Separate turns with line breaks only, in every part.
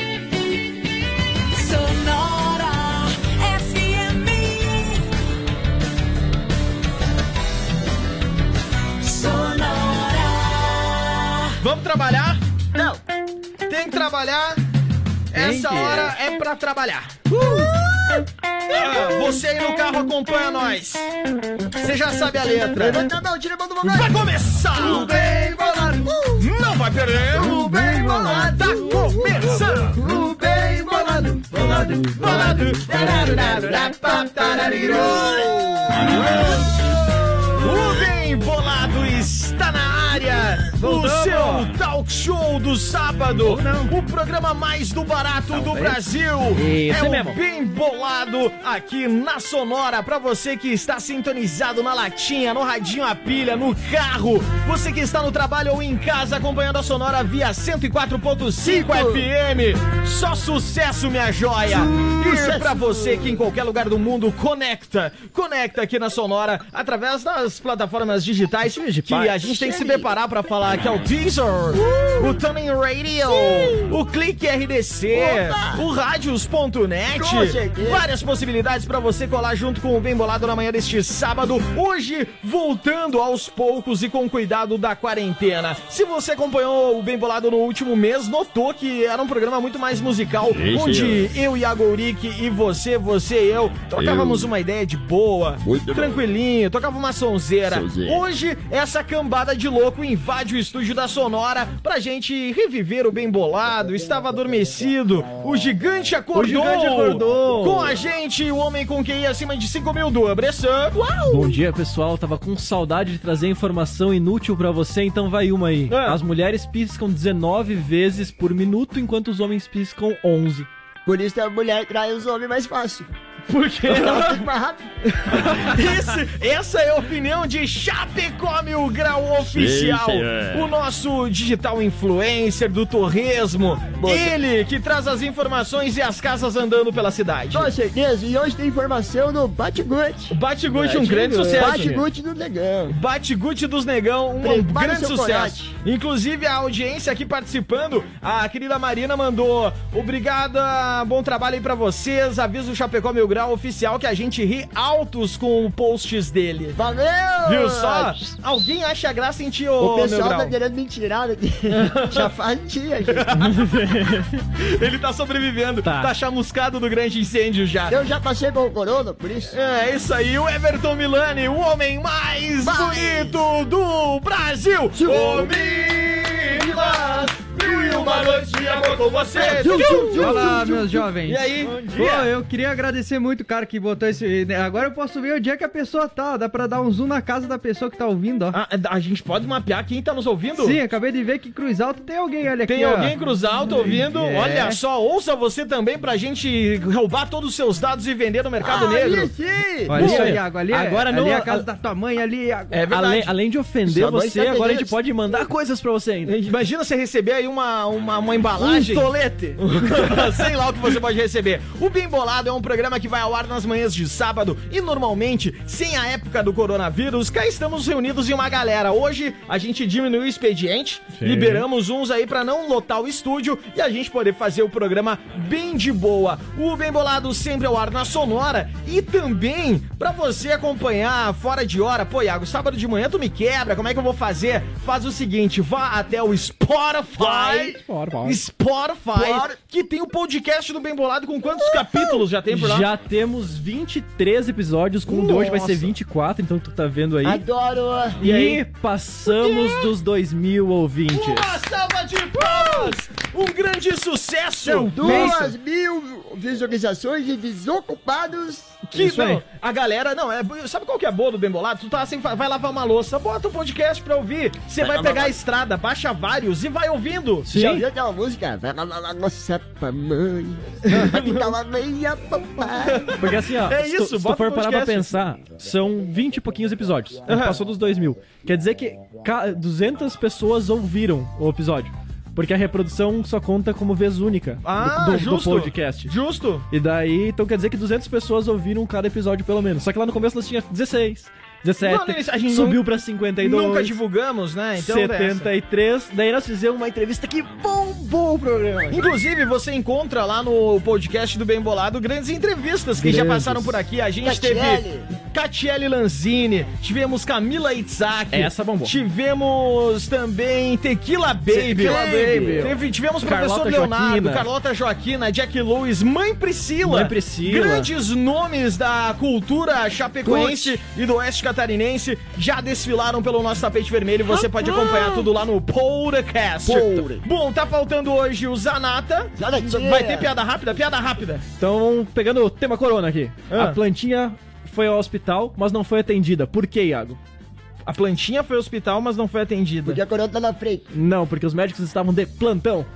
E.
trabalhar, essa
que é?
hora é pra trabalhar. Ah, você aí no carro acompanha nós. Você já sabe a letra.
Levanta a tira, manda uma
Vai começar! O bem um bolado! Não vai perder! O bem bolado! Tá começando!
O bem bolado, bolado,
Bolado! O bem bolado está na área! O
Voltamos.
seu talk show do sábado!
não.
O programa mais do barato do Brasil!
Isso
é o
mesmo.
bem bolado aqui na Sonora pra você que está sintonizado na latinha, no radinho a pilha, no carro, você que está no trabalho ou em casa acompanhando a Sonora via 104.5 FM. Só sucesso, minha joia. E pra você que em qualquer lugar do mundo conecta, conecta aqui na Sonora através das plataformas digitais que a gente tem que se preparar pra falar que é o Deezer,
Uh!
o Tuning Radio, o Clique RDC, o Radios.net,
Com certeza.
várias possibilidades pra você colar junto com o Bem Bolado na manhã deste sábado. Hoje, voltando aos poucos e com cuidado da quarentena. Se você acompanhou o Bem Bolado no último mês, notou que era um programa muito mais musical, onde eu e a Gourique e você, você e eu, trocávamos uma ideia de boa,
Muito bom.
tranquilinho, tocava uma sonzeira.
Sonzeira.
Hoje, essa cambada de louco invade o estúdio da Sonora pra gente reviver o bem bolado. Estava adormecido, o gigante acordou.
gigante acordou.
Com a gente, o homem com QI acima de 5 mil do Abressan.
Bom dia, pessoal. Tava com saudade de trazer informação inútil pra você, então vai uma aí.
É.
Ah.
As mulheres piscam 19 vezes por minuto, enquanto os homens piscam 11.
Por isso que a mulher trai os homens mais fácil.
Por quê?
Ela fica mais rápido.
Esse- essa é a opinião de Chapecó Mil Grau Oficial.
Sim, senhor.
O nosso digital influencer do torresmo.
Boa.
Ele que traz as informações e as casas andando pela cidade.
Com certeza. E hoje tem informação no Batigute.
Batigute,
É,
um grande sucesso.
Batigute no Negão.
Batigute dos Negão, um
Prepare
grande
seu
sucesso.
corate.
Inclusive, a audiência aqui participando, a querida Marina mandou: Obrigada, bom trabalho aí pra vocês. Avisa o Chapecó Mil Grau oficial que a gente ri altos com posts dele.
Valeu!
Viu só? Alguém acha graça em ti, ô
O
Mil
pessoal tá
Grau?
querendo me tirar daqui. Já faz dia, gente.
Ele tá sobrevivendo, tá.
Tá.
chamuscado do grande incêndio já.
Eu já passei com o corona, por isso.
É isso aí, o Everton Milani, o homem mais
Vai.
bonito do Brasil.
Tchum.
Ô Mila, e uma noite amor com você.
Tchum, tchum, tchum,
Olá,
tchum,
meus
tchum.
jovens.
E aí?
Bom
dia.
Pô, eu queria agradecer muito o cara que botou esse. né, Agora eu posso ver o dia que a pessoa tá. Dá pra dar um zoom na casa da pessoa que tá ouvindo, ó.
A, Ah, a gente pode mapear quem tá nos ouvindo?
Sim, acabei de ver que Cruz Alto tem alguém, olha aqui.
Tem
ó.
alguém em Cruz Alto ouvindo?
É.
Olha só, ouça você também pra gente roubar todos os seus dados e vender no mercado
Ah,
Aí
negro.
sim!
Olha isso
Pô,
aí, Iago. Ali, é-
agora não-
ali é a casa da tua mãe, ali. É...
É verdade.
Além, além de ofender
Sua mãe
você,
está
agora a gente
feliz.
pode mandar coisas pra você ainda. Um
Imagina você receber aí uma, uma, uma
Um
embalagem.
tolete!
Sei lá o que você pode receber. O Bem Bolado é um programa que vai ao ar nas manhãs de sábado e normalmente, sem a época do coronavírus, cá estamos reunidos em uma galera. Hoje a gente diminuiu o expediente, liberamos uns aí pra não lotar o estúdio e a gente poder fazer o programa bem de boa. O Bem Bolado sempre ao ar na Sonora e também pra você acompanhar fora de hora. Pô, Iago, sábado de manhã tu me quebra, como é que eu vou fazer? Faz o seguinte, vá até o Spotify.
Spotify.
Spotify,
Claro.
que tem o podcast do Bem Bolado com quantos capítulos já tem por lá?
Já temos 23 episódios, com o de hoje vai ser
Nossa.
24, então tu tá vendo aí.
Adoro!
E aí, passamos dos 2 mil ouvintes.
Uma salva de palmas! Um grande sucesso!
Duas mil visualizações de desocupados.
Que
Isso
não,
aí.
a galera, não, é, sabe qual que é boa do Bem Bolado? Tu tá assim, vai lavar uma louça, bota o podcast pra ouvir. Você vai, pegar a estrada, baixa vários e vai ouvindo.
Já
Sim.
ouviu aquela música? Vai lá, lá, lá, nossa mamãe. Vai ficar lá, meia papai.
Porque assim, ó,
É
se,
isso,
tu, se tu
bota
for
no
parar pra
podcast.
pensar, são 20 e pouquinhos episódios. A gente
Aham.
Passou dos 2 mil. Quer dizer que ca- 200 pessoas ouviram o episódio. Porque a reprodução só conta como vez única do-
Ah,
do, do
justo.
podcast.
Justo?
E daí, então quer dizer que 200 pessoas ouviram cada episódio pelo menos. Só que lá no começo nós tinha 16.
Não, Denis,
17.
a gente
subiu
nun-
pra 52.
Nunca divulgamos, né? Então, dessa.
73. Daí nós fizemos uma entrevista que bombou o programa.
Inclusive, você encontra lá no podcast do Bem Bolado grandes entrevistas que já
Grandes.
passaram por aqui. A gente
Catiele.
teve Catiele Lanzini, tivemos Camila Itzak.
Essa bombou.
Tivemos também Tequila Baby.
Tequila Baby.
Teve- tivemos
Carlota
Professor Leonardo,
Joaquina.
Carlota Joaquina, Jack Lewis, Mãe Priscila.
Mãe Priscila.
Grandes nomes da cultura chapecoense e do oeste catarinense já desfilaram pelo nosso tapete vermelho. Você pode acompanhar tudo lá no podcast.
Poure.
Bom, tá faltando hoje o Zanata.
Zanatinha.
Vai ter piada rápida? Piada rápida.
Então, pegando o tema corona aqui.
Ah.
A plantinha foi ao hospital, mas não foi atendida. Por quê, Iago?
A plantinha foi ao hospital, mas não foi atendida.
Podia correr tá na frente.
Não, porque os médicos estavam de plantão.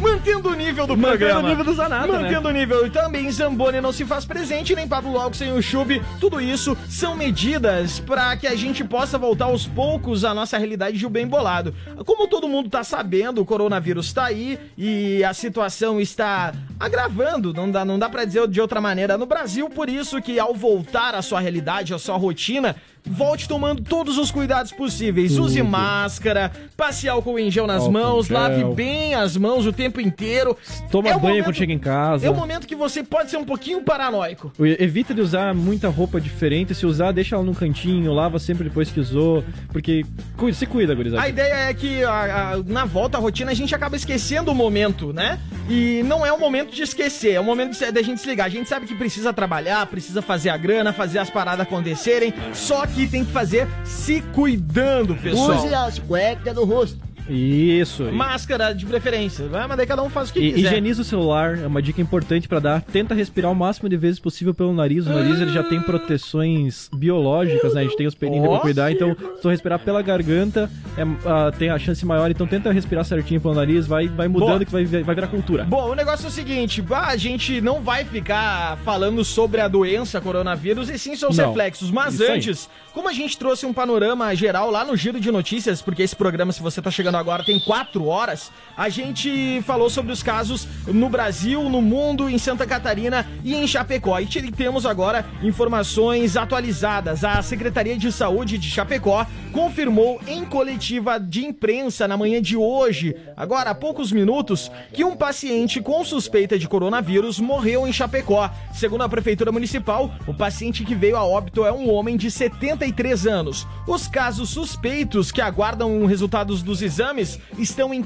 Mantendo o nível do
Mantendo
programa.
o nível do Zanata,
Mantendo o nível. E também Zamboni não se faz presente, nem Pablo Alco sem o Chub. Tudo isso são medidas para que a gente possa voltar aos poucos à nossa realidade de o bem bolado. Como todo mundo tá sabendo, o coronavírus tá aí e a situação está agravando, não dá, não dá para dizer de outra maneira no Brasil, por isso que ao voltar à sua realidade, à sua rotina, volte tomando todos os cuidados possíveis. Use máscara, passe álcool em gel nas
Álcool em
mãos,
gel.
lave bem as mãos o tempo inteiro.
Toma
É o
banho
momento-
quando chega em casa.
É o momento que você pode ser um pouquinho paranoico.
Evita de usar muita roupa diferente. Se usar, deixa ela num cantinho, lava sempre depois que usou. Porque cuida- se cuida, gurizada.
A ideia é que a- a- na volta à rotina a gente acaba esquecendo o momento, né? E não é o momento de esquecer, é o momento de- da gente se ligar. A gente sabe que precisa trabalhar, precisa fazer a grana, fazer as paradas acontecerem. Só que tem que fazer se cuidando, pessoal.
Use as cuecas no rosto.
Isso. E-
Máscara de preferência, né? mas daí cada um faz o que
E,
quiser.
higieniza o celular, é uma dica importante pra dar. Tenta respirar o máximo de vezes possível pelo nariz. O nariz ele já
Ah.
tem proteções biológicas, né? A gente tem os peninhos pra
Ó.
cuidar. Então, se tu respirar pela garganta, é, ah, tem a chance maior. Então, tenta respirar certinho pelo nariz. Vai, vai mudando
Boa.
que vai, vai virar cultura.
Bom, o negócio é o seguinte, bah, a gente não vai ficar falando sobre a doença coronavírus e sim seus
Não.
reflexos, mas
Isso aí.
antes, como a gente trouxe um panorama geral lá no Giro de Notícias, porque esse programa, se você tá chegando agora, tem quatro horas, a gente falou sobre os casos no Brasil, no mundo, em Santa Catarina e em Chapecó. E te- temos agora informações atualizadas. A Secretaria de Saúde de Chapecó confirmou em coletiva de imprensa na manhã de hoje, agora há poucos minutos, que um paciente com suspeita de coronavírus morreu em Chapecó. Segundo a Prefeitura Municipal, o paciente que veio a óbito é um homem de 73 anos. Os casos suspeitos que aguardam resultados dos exames estão em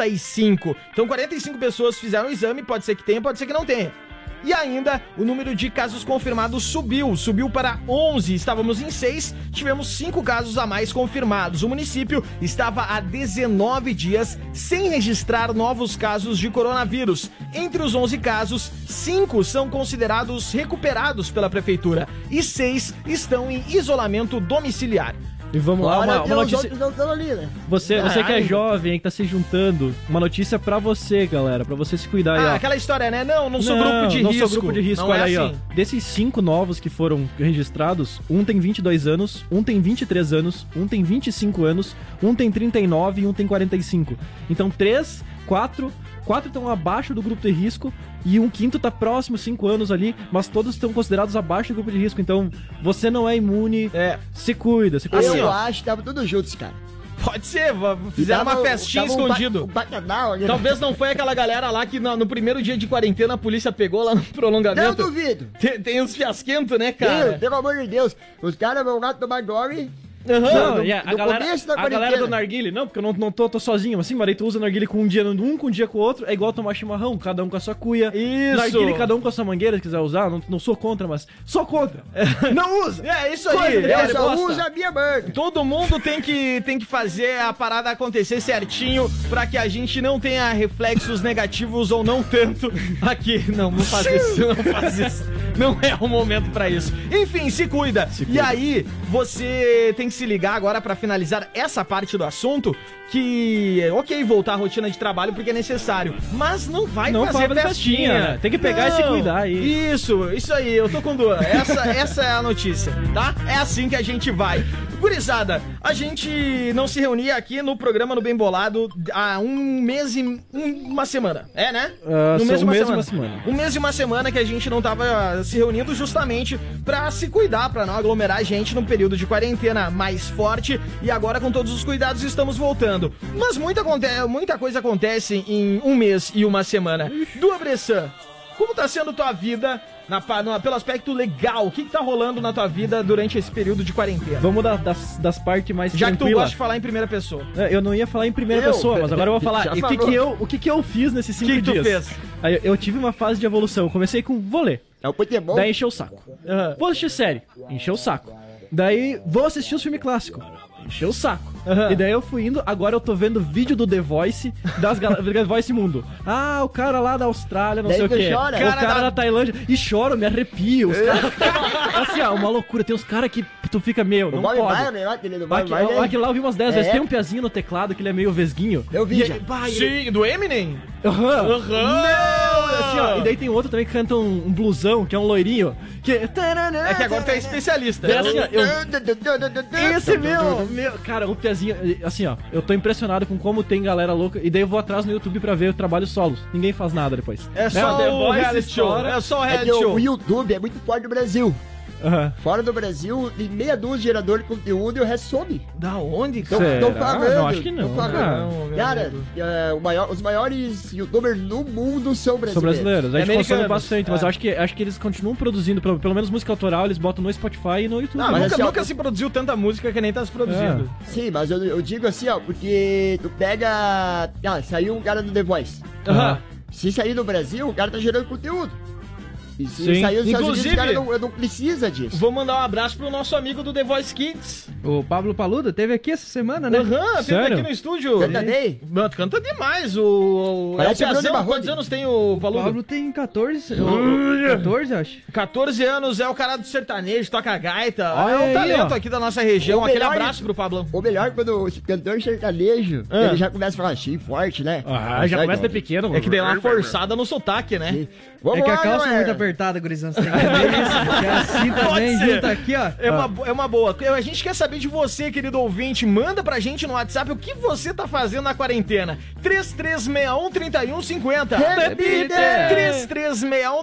45. Então, 45 pessoas fizeram o exame, pode ser que tenha, pode ser que não tenha. E ainda, o número de casos confirmados subiu, subiu para 11. Estávamos em 6, tivemos 5 casos a mais confirmados. O município estava há 19 dias sem registrar novos casos de coronavírus. Entre os 11 casos, 5 são considerados recuperados pela prefeitura e 6 estão em isolamento domiciliar.
E vamos lá,
Olha,
uma, uma
os
notícia.
outros não estão ali, né?
Você, você que é
Caralho.
jovem, que tá se juntando, uma notícia pra você, galera, pra você se cuidar. aí,
Ah,
ó.
aquela história, né? Não, não sou grupo de
não
risco.
sou grupo de risco,
Não
olha
é
aí,
assim.
ó. Desses cinco novos que foram registrados, um tem 22 anos, um tem 23 anos, um tem 25 anos, um tem 39 e um tem 45. Então, três, quatro, quatro estão abaixo do grupo de risco e um quinto tá próximo, cinco anos ali, mas todos estão considerados abaixo do grupo de risco. Então, você não é imune,
É,
se cuida, se cuida.
Assim,
eu
ó.
acho que tava todos juntos, cara.
pode ser, va-
E
fizeram
tava-
uma festinha
tava um ba-
escondido.
Um bacanal ali. né?
Talvez não foi aquela galera lá que no, no primeiro dia de quarentena a polícia pegou lá no
Eu
prolongamento.
duvido.
Tem, tem uns fiasquentos, né,
Meu,
cara?
pelo amor de Deus. Os caras vão lá tomar gole.
Aham.
Não,
no-
e a, a
no
galera,
começo da
a galera do
quarentena.
narguile, não, porque eu não, não tô, tô sozinho, mas assim, mas daí tu usa narguile com um dia num, com um dia com o outro, é igual tomar chimarrão, cada um com a sua cuia.
Isso.
Narguile, cada um com a sua mangueira, se quiser usar, não, não sou contra, mas sou contra.
Não usa! É, isso aí.
Coisa de
é,
Eu só
bosta.
uso a minha manga.
Todo mundo tem que, tem que fazer a parada acontecer certinho pra que a gente não tenha reflexos negativos ou não tanto aqui. Não, não faz isso, não faz isso. Não é o momento pra isso. Enfim, se cuida. E aí, você tem que se ligar agora pra finalizar essa parte do assunto que, ok, voltar à rotina de trabalho porque é necessário, mas não vai
Não
fazer
faz festinha, né? Tem que pegar e se cuidar aí.
Isso, isso aí, eu tô com dor. Essa, essa é a notícia, tá? É assim que a gente vai. Gurizada, a gente não se reunia aqui no programa no Bem Bolado há um mês e um- uma semana. É, né?
Ah,
No
só
mês e
um mês e uma semana.
Um mês e uma semana que a gente não tava ah, se reunindo justamente pra se cuidar, pra não aglomerar a gente num período de quarentena mais forte. E agora, com todos os cuidados, estamos voltando. Mas muita, aconte- muita coisa acontece em um mês e uma semana. Dua Bressan, como tá sendo tua vida na, pa- na- pelo aspecto legal? O que, que tá rolando na tua vida durante esse período de quarentena?
Vamos da- das, das partes mais
Já que tu
tranquila.
gosta de falar em primeira pessoa.
É, Eu não ia falar em primeira
Eu?
pessoa, mas agora eu vou
Já
falar. E o que
falou.
que eu, o que que eu fiz nesses cinco
que tu
dias?
fez?
Aí eu- eu tive uma fase de evolução. Eu comecei com vôlei.
É o Pokémon.
Daí encheu o saco. Vou assistir série. Encheu o saco. Daí vou assistir os filmes clássicos. Encheu o saco.
Aham.
E daí eu fui indo, agora eu tô vendo vídeo do The Voice, das gal- The Voice Mundo. Ah, o cara lá da Austrália, não
Daí
sei o
tu
quê.
chora.
O
Cara
cara,
da-
da... Tailândia. E choro, me arrepio. Os cara... assim, ó, uma loucura. Tem uns caras que tu fica, meu,
O
não
Bob
pode.
Maio, né? Aquele do
Bah,
Bob
que-
Maio,
ó,
né?
Aquele lá eu vi umas 10
É.
vezes. Tem um pezinho no teclado que ele é meio vesguinho.
Eu vi
E
já.
aí- bah, ele-
Sim, do Eminem?
Aham.
Não! é
Assim, ó, e daí tem outro também que canta um, um blusão, que é um loirinho. Que...
É que agora tu é especialista.
Daí, assim, ó, eu- Esse
Esse
meu, meu, cara, o Piazinho, assim, ó, eu tô impressionado com como tem galera louca, e daí eu vou atrás no YouTube pra ver o trabalho solos. Ninguém faz nada depois.
É só
Né?
o reality show.
Chora.
É só o
É
reality
que o
show.
YouTube é muito forte no Brasil.
Aham.
Fora do Brasil, tem meia dúzia de gerador de conteúdo e o resto some.
Da onde,
Tô,
Será?
tô falando.
Ah, Não, acho que não,
tô falando.
cara.
Não, meu
Cara,
amigo.
é, o maior- os maiores youtubers no mundo são brasileiros.
São brasileiros, a gente
Americanos,
consome bastante, mas
é.
eu acho que, acho que eles continuam produzindo, pelo, pelo menos música autoral, eles botam no Spotify e no YouTube. né?
Não, mas
nunca,
assim, ó,
nunca se produziu tanta música que nem tá se produzindo.
Sim, mas eu, eu digo assim, ó, porque tu pega. Ah, saiu um cara do The Voice.
Aham.
Se sair do Brasil, o cara tá gerando conteúdo. E se
Sim.
sair dos Estados Unidos,
Inclusive-
o cara não, não precisa disso.
Vou mandar um abraço pro nosso amigo do The Voice Kids.
O Pablo Paludo teve aqui essa semana, né?
Aham, teve
Sério?
aqui no estúdio.
Canta bem.
Mano, canta demais o. o- É o
Parece Bruno
Piazão.
Barroso.
Quantos anos tem o
O
Paludo?
Pablo tem 14, ou- 14, eu acho.
14 anos, é o cara do sertanejo, toca gaita.
Olha
é um
aí,
talento
ó.
aqui da nossa região.
O
Aquele
melhor-
abraço pro Pablão.
Ou melhor, quando o cantor sertanejo,
Ah.
ele já começa a falar assim, forte, né?
Ah, já
Sabe,
começa de
ó,
pequeno.
É que deu uma forçada no sotaque, né?
assim, Vamos
é que
lá,
a calça é
galera.
muito apertada, gurizão. Você tem que entender isso. Porque a cinta
Pode
vem
ser.
junto aqui, ó.
É
Ah.
uma, bo- é uma boa. Eu- A gente quer saber de você, querido ouvinte. Manda pra gente no WhatsApp o que você tá fazendo na quarentena. 33613150.
Repita!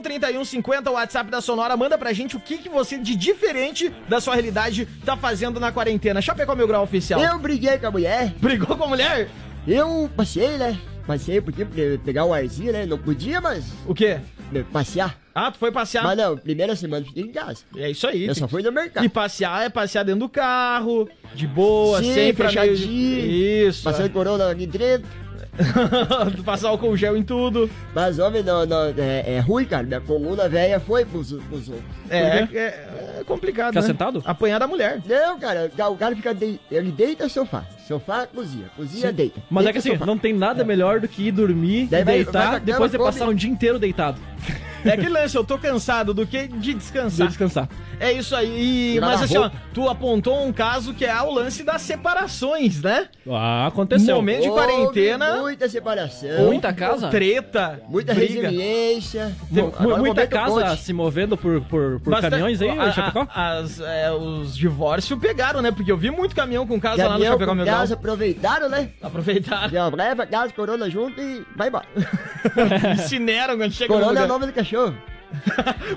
33613150, o WhatsApp da Sonora. Manda pra gente o que, que você de diferente da sua realidade tá fazendo na quarentena. Chapecó Meu Grau Oficial.
Eu briguei com a mulher,
Brigou com a mulher?
eu passei, né? Passei, podia pe- pegar o arzinho, né? Não podia, mas
O quê?
né, passear.
Ah, tu foi passear.
Mas não, primeira semana eu fiquei em casa.
É isso aí.
Eu
tem
só
que-
fui no mercado.
E passear é passear dentro do carro, de boa,
Sim,
sem pra meio-
fechadinho.
Isso.
Passando corona aqui dentro.
Passar álcool gel em tudo.
Mas, homem, não, não, é, é ruim, cara. Minha coluna velha foi pros, pros outros.
É, é, é complicado,
Ficar
né?
sentado?
Apanhar da mulher.
Não, cara, o cara fica. dei- Ele deita no sofá. Sofá, cozinha. Cozinha, deita.
Mas
Deita
é que
no
assim,
sofá.
não tem nada melhor do que ir dormir,
Daí vai-
e
vai
deitar,
pra cama,
depois de
come.
passar um dia inteiro deitado,
É aquele lance, eu tô cansado do que de
de
Tá.
descansar.
descansar.
É isso aí. E-
Tirar
mas
da
assim, ó, tu apontou um caso que é o lance das separações, né?
Ah, aconteceu.
Momento- de
Houve
quarentena.
Muita separação.
Muita casa?
Treta,
Muita
briga.
resiliência.
Mu-
é
Agora o
muita
momento
casa
conte.
se movendo por, por, por
Bastante-
caminhões aí,
a- a-
Chapecó?
as, é, os divórcios pegaram, né? Porque eu vi muito caminhão com casa lá no
Gabriel
Chapecó
com
Meu
casa
Grau.
aproveitaram, né?
Aproveitaram,
Já leva casa, corona junto e vai embora.
incineram quando chega no
Corona é o
lugar.
nome do cachorro.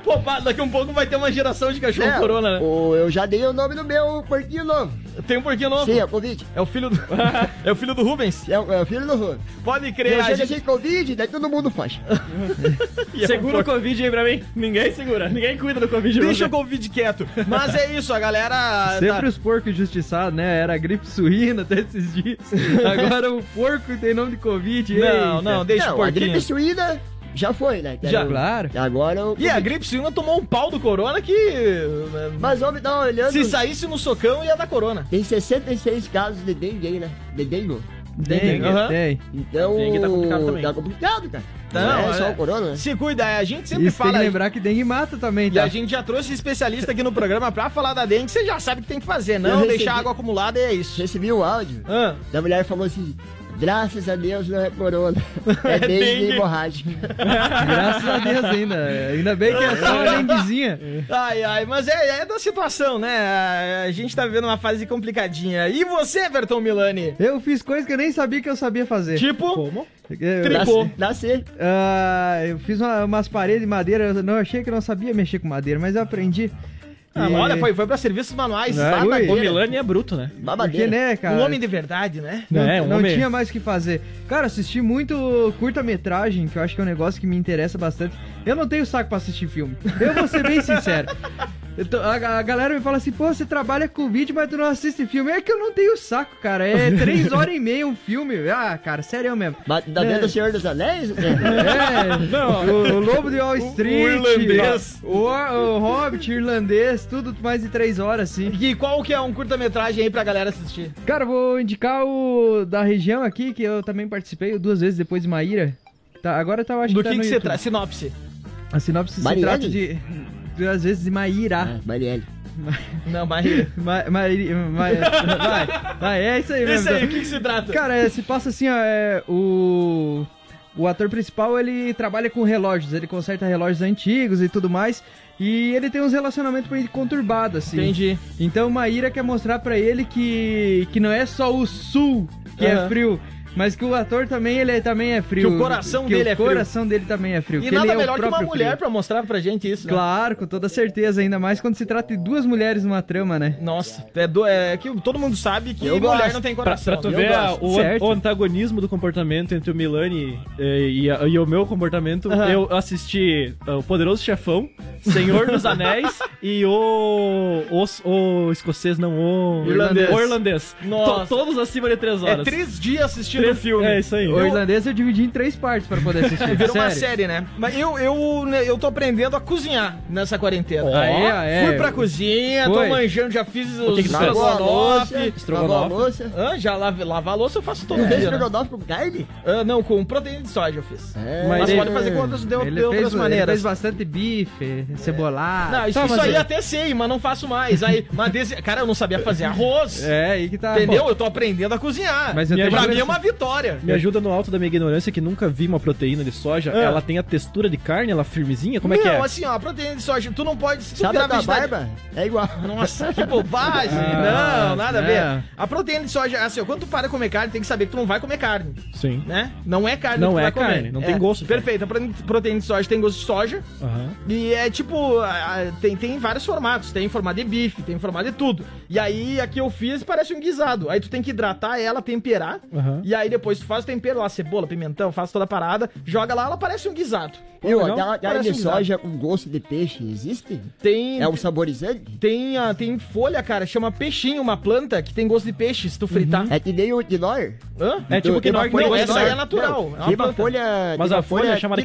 Pô, pá, daqui um pouco vai ter uma geração de cachorro
É,
corona, né?
o- eu já dei o nome do meu porquinho novo.
Tem um porquinho novo.
Sim, é o Covid.
É o filho do... é o filho do Rubens.
É o, é o filho do Rô.
Pode crer,
Eu
a
já
gente...
deixei Covid, daí todo mundo faz.
Segura o Covid aí pra mim. Ninguém segura, ninguém cuida do Covid.
Deixa o Covid quieto. Mas é isso, a galera.
Sempre
tá-
os porcos injustiçados, né? Era a gripe suína até esses dias. Agora o porco tem nome de Covid.
Não,
eita.
não, deixa o
Não, a gripe
porquinho.
suína já foi, né?
Já,
Era o-
claro.
Agora eu.
E a gripe suína tomou um pau do corona que. né,
Mas homem tá olhando.
Se saísse no socão ia dar corona.
Tem 66 casos de dengue, né? De dengue.
Tem,
Aham.
tem.
Então.
Dengue tá complicado também.
Tá complicado, cara.
Tá,
Não é
olha-
só o corona, né?
Se cuida, é, a gente sempre
Isso tem que
fala.
lembrar que dengue mata também,
E
tá?
a gente já trouxe especialista aqui no programa pra falar da dengue, você já sabe o que tem que fazer, não
Eu
deixar
recebi-
água acumulada e é isso.
Recebi um áudio
Ah,
da mulher falou assim: Graças a Deus não é corona. É dengue hemorrágica.
Graças a Deus ainda. Ainda bem que é só uma denguezinha.
Ai, ai, mas é, é da situação, né? A- A gente tá vivendo uma fase complicadinha. E você, Everton Milani?
Eu fiz coisa que eu nem sabia que eu sabia fazer.
Tipo,
Como?
Eu-
Tricô.
Nascer.
Ah, eu fiz uma- umas paredes de madeira, eu não achei que eu não sabia mexer com madeira, mas eu aprendi.
Ah,
E-
mas olha, foi, foi pra serviços manuais.
É,
babadeira.
ui.
O Milani é bruto, né?
Porque,
Babadeira.
né, cara?
Um homem de verdade, né?
Não,
É, um
não
homem-
tinha mais o que fazer. Cara, assisti muito curta-metragem, que eu acho que é um negócio que me interessa bastante. Eu não tenho saco pra assistir filme. Eu vou ser bem sincero. Eu tô- a, a galera me fala assim, pô, você trabalha com vídeo, mas tu não assiste filme. É que eu não tenho saco, cara. É três horas e meia um filme. Ah, cara, sério mesmo.
Ba- Tá vendo o Senhor dos Anéis?
É, o, o Lobo de Wall Street.
irlandês.
O, o Hobbit, irlandês, tudo mais de três horas, assim.
E qual que é um curta-metragem aí pra galera assistir?
Cara, eu vou indicar o da região aqui, que eu também participei duas vezes depois de Maíra. Tá, agora tá, eu acho
Do
tá
que,
no
que se
YouTube.
trata? Sinopse.
A sinopse
Marielle?
se trata de duas vezes de Maíra.
Ah, Marielle.
Não, Maria.
Ma, Maíri- Ma- vai, vai, é isso aí
Isso
mesmo.
aí, o que, que se trata?
Cara, é, se passa assim, ó, é, o o ator principal ele trabalha com relógios, ele conserta relógios antigos e tudo mais, e ele tem uns relacionamentos meio conturbados assim.
Entendi.
Então Maíra quer mostrar pra ele que que não é só o sul que
Aham.
é frio, mas que o ator também ele é, também é frio.
Que o coração
Que
dele
o
é frio.
coração dele também é frio.
E
que
nada
ele é o
melhor que uma
próprio
mulher
frio.
pra mostrar pra gente isso, né?
Claro, com toda certeza, ainda mais quando se trata de duas mulheres numa trama, né?
Nossa, é, do- é que todo mundo sabe que
Eu
mulher
gosto.
não tem
Pra,
coração.
pra tu
Eu
ver a-
gosto.
o,
Certo.
o antagonismo do comportamento entre o Milani eh, e, a- e o meu comportamento,
Aham.
eu assisti ah, O Poderoso Chefão, Senhor dos Anéis e o, o, o escocês, não, o
Irlandês.
O irlandês.
Nossa.
To- todos acima de três
É
horas.
três dias assistindo o
Três-
filme.
é isso aí.
O irlandês eu dividi em três partes pra poder assistir.
Virou uma
sério.
série, né? Mas eu, eu, né, eu tô aprendendo a cozinhar nessa quarentena.
Ó. Aí, ó, é.
Fui pra cozinha, tô
Foi.
manjando, já fiz os
que que tu fez?
Lavou a
estrogonofe.
louça. Lavou a
estrogonofe.
louça.
Hã? já lave, lavar a louça eu faço
É,
todo
Tu fez
dia. né?
estrogonofe com carne?
Ah, não, com proteína de soja eu fiz.
É.
Mas,
Mas ele-
pode fazer com outras, de, de
Ele
outras
fez, ele
maneiras.
fez bastante bife, cebolada.
Não, isso,
Tá,
isso
mas
aí
é-
até sei, mas não faço mais. Aí, mas desse- cara, eu não sabia fazer arroz.
É, aí que tá.
Entendeu? Eu tô aprendendo a cozinhar.
Mas eu
pra
tenho
mim
que-
é uma vitória.
Me ajuda no alto da minha ignorância que nunca vi uma proteína de soja.
Ah.
Ela tem a textura de carne, ela firmezinha? Como é que
não,
é?
assim, ó, a proteína de soja, tu não pode. Se tu
Sabe
virar
a tua
vegetariano-
barba? É igual.
Nossa, que bobagem!
Ah,
não, nada a
não.
ver.
né?
A proteína de soja, assim, ó, quando tu para de comer carne, tem que saber que tu não vai comer carne,
Sim.
né? Não é carne
Não
que tu
é
vai comer.
carne, não tem gosto de
Perfeito, a prote- proteína de soja tem gosto de soja.
Aham.
E é tipo, a- a- tem, tem vários formatos, tem em formato de bife, tem em formato de tudo. E aí, aqui eu fiz, parece um guisado. Aí tu tem que hidratar ela, temperar,
Aham.
e aí depois tu faz o tempero lá, cebola, pimentão, faz toda a parada, joga lá, ela parece um guisado.
Viu?
legal.
Aquela carne
Parece
de
um
soja com gosto de peixe existe?
Tem...
É um saborizante?
Tem, a, tem folha, cara, chama peixinho, uma planta que tem gosto de peixe, se tu fritar.
É que nem o quinor.
Hã?
É tipo
Tem
que
uma
nós
folha
não
que
é
essa
quinor.
aí é natural, é uma
tem uma
planta.
folha.
Mas
tem
a
uma
folha é chamada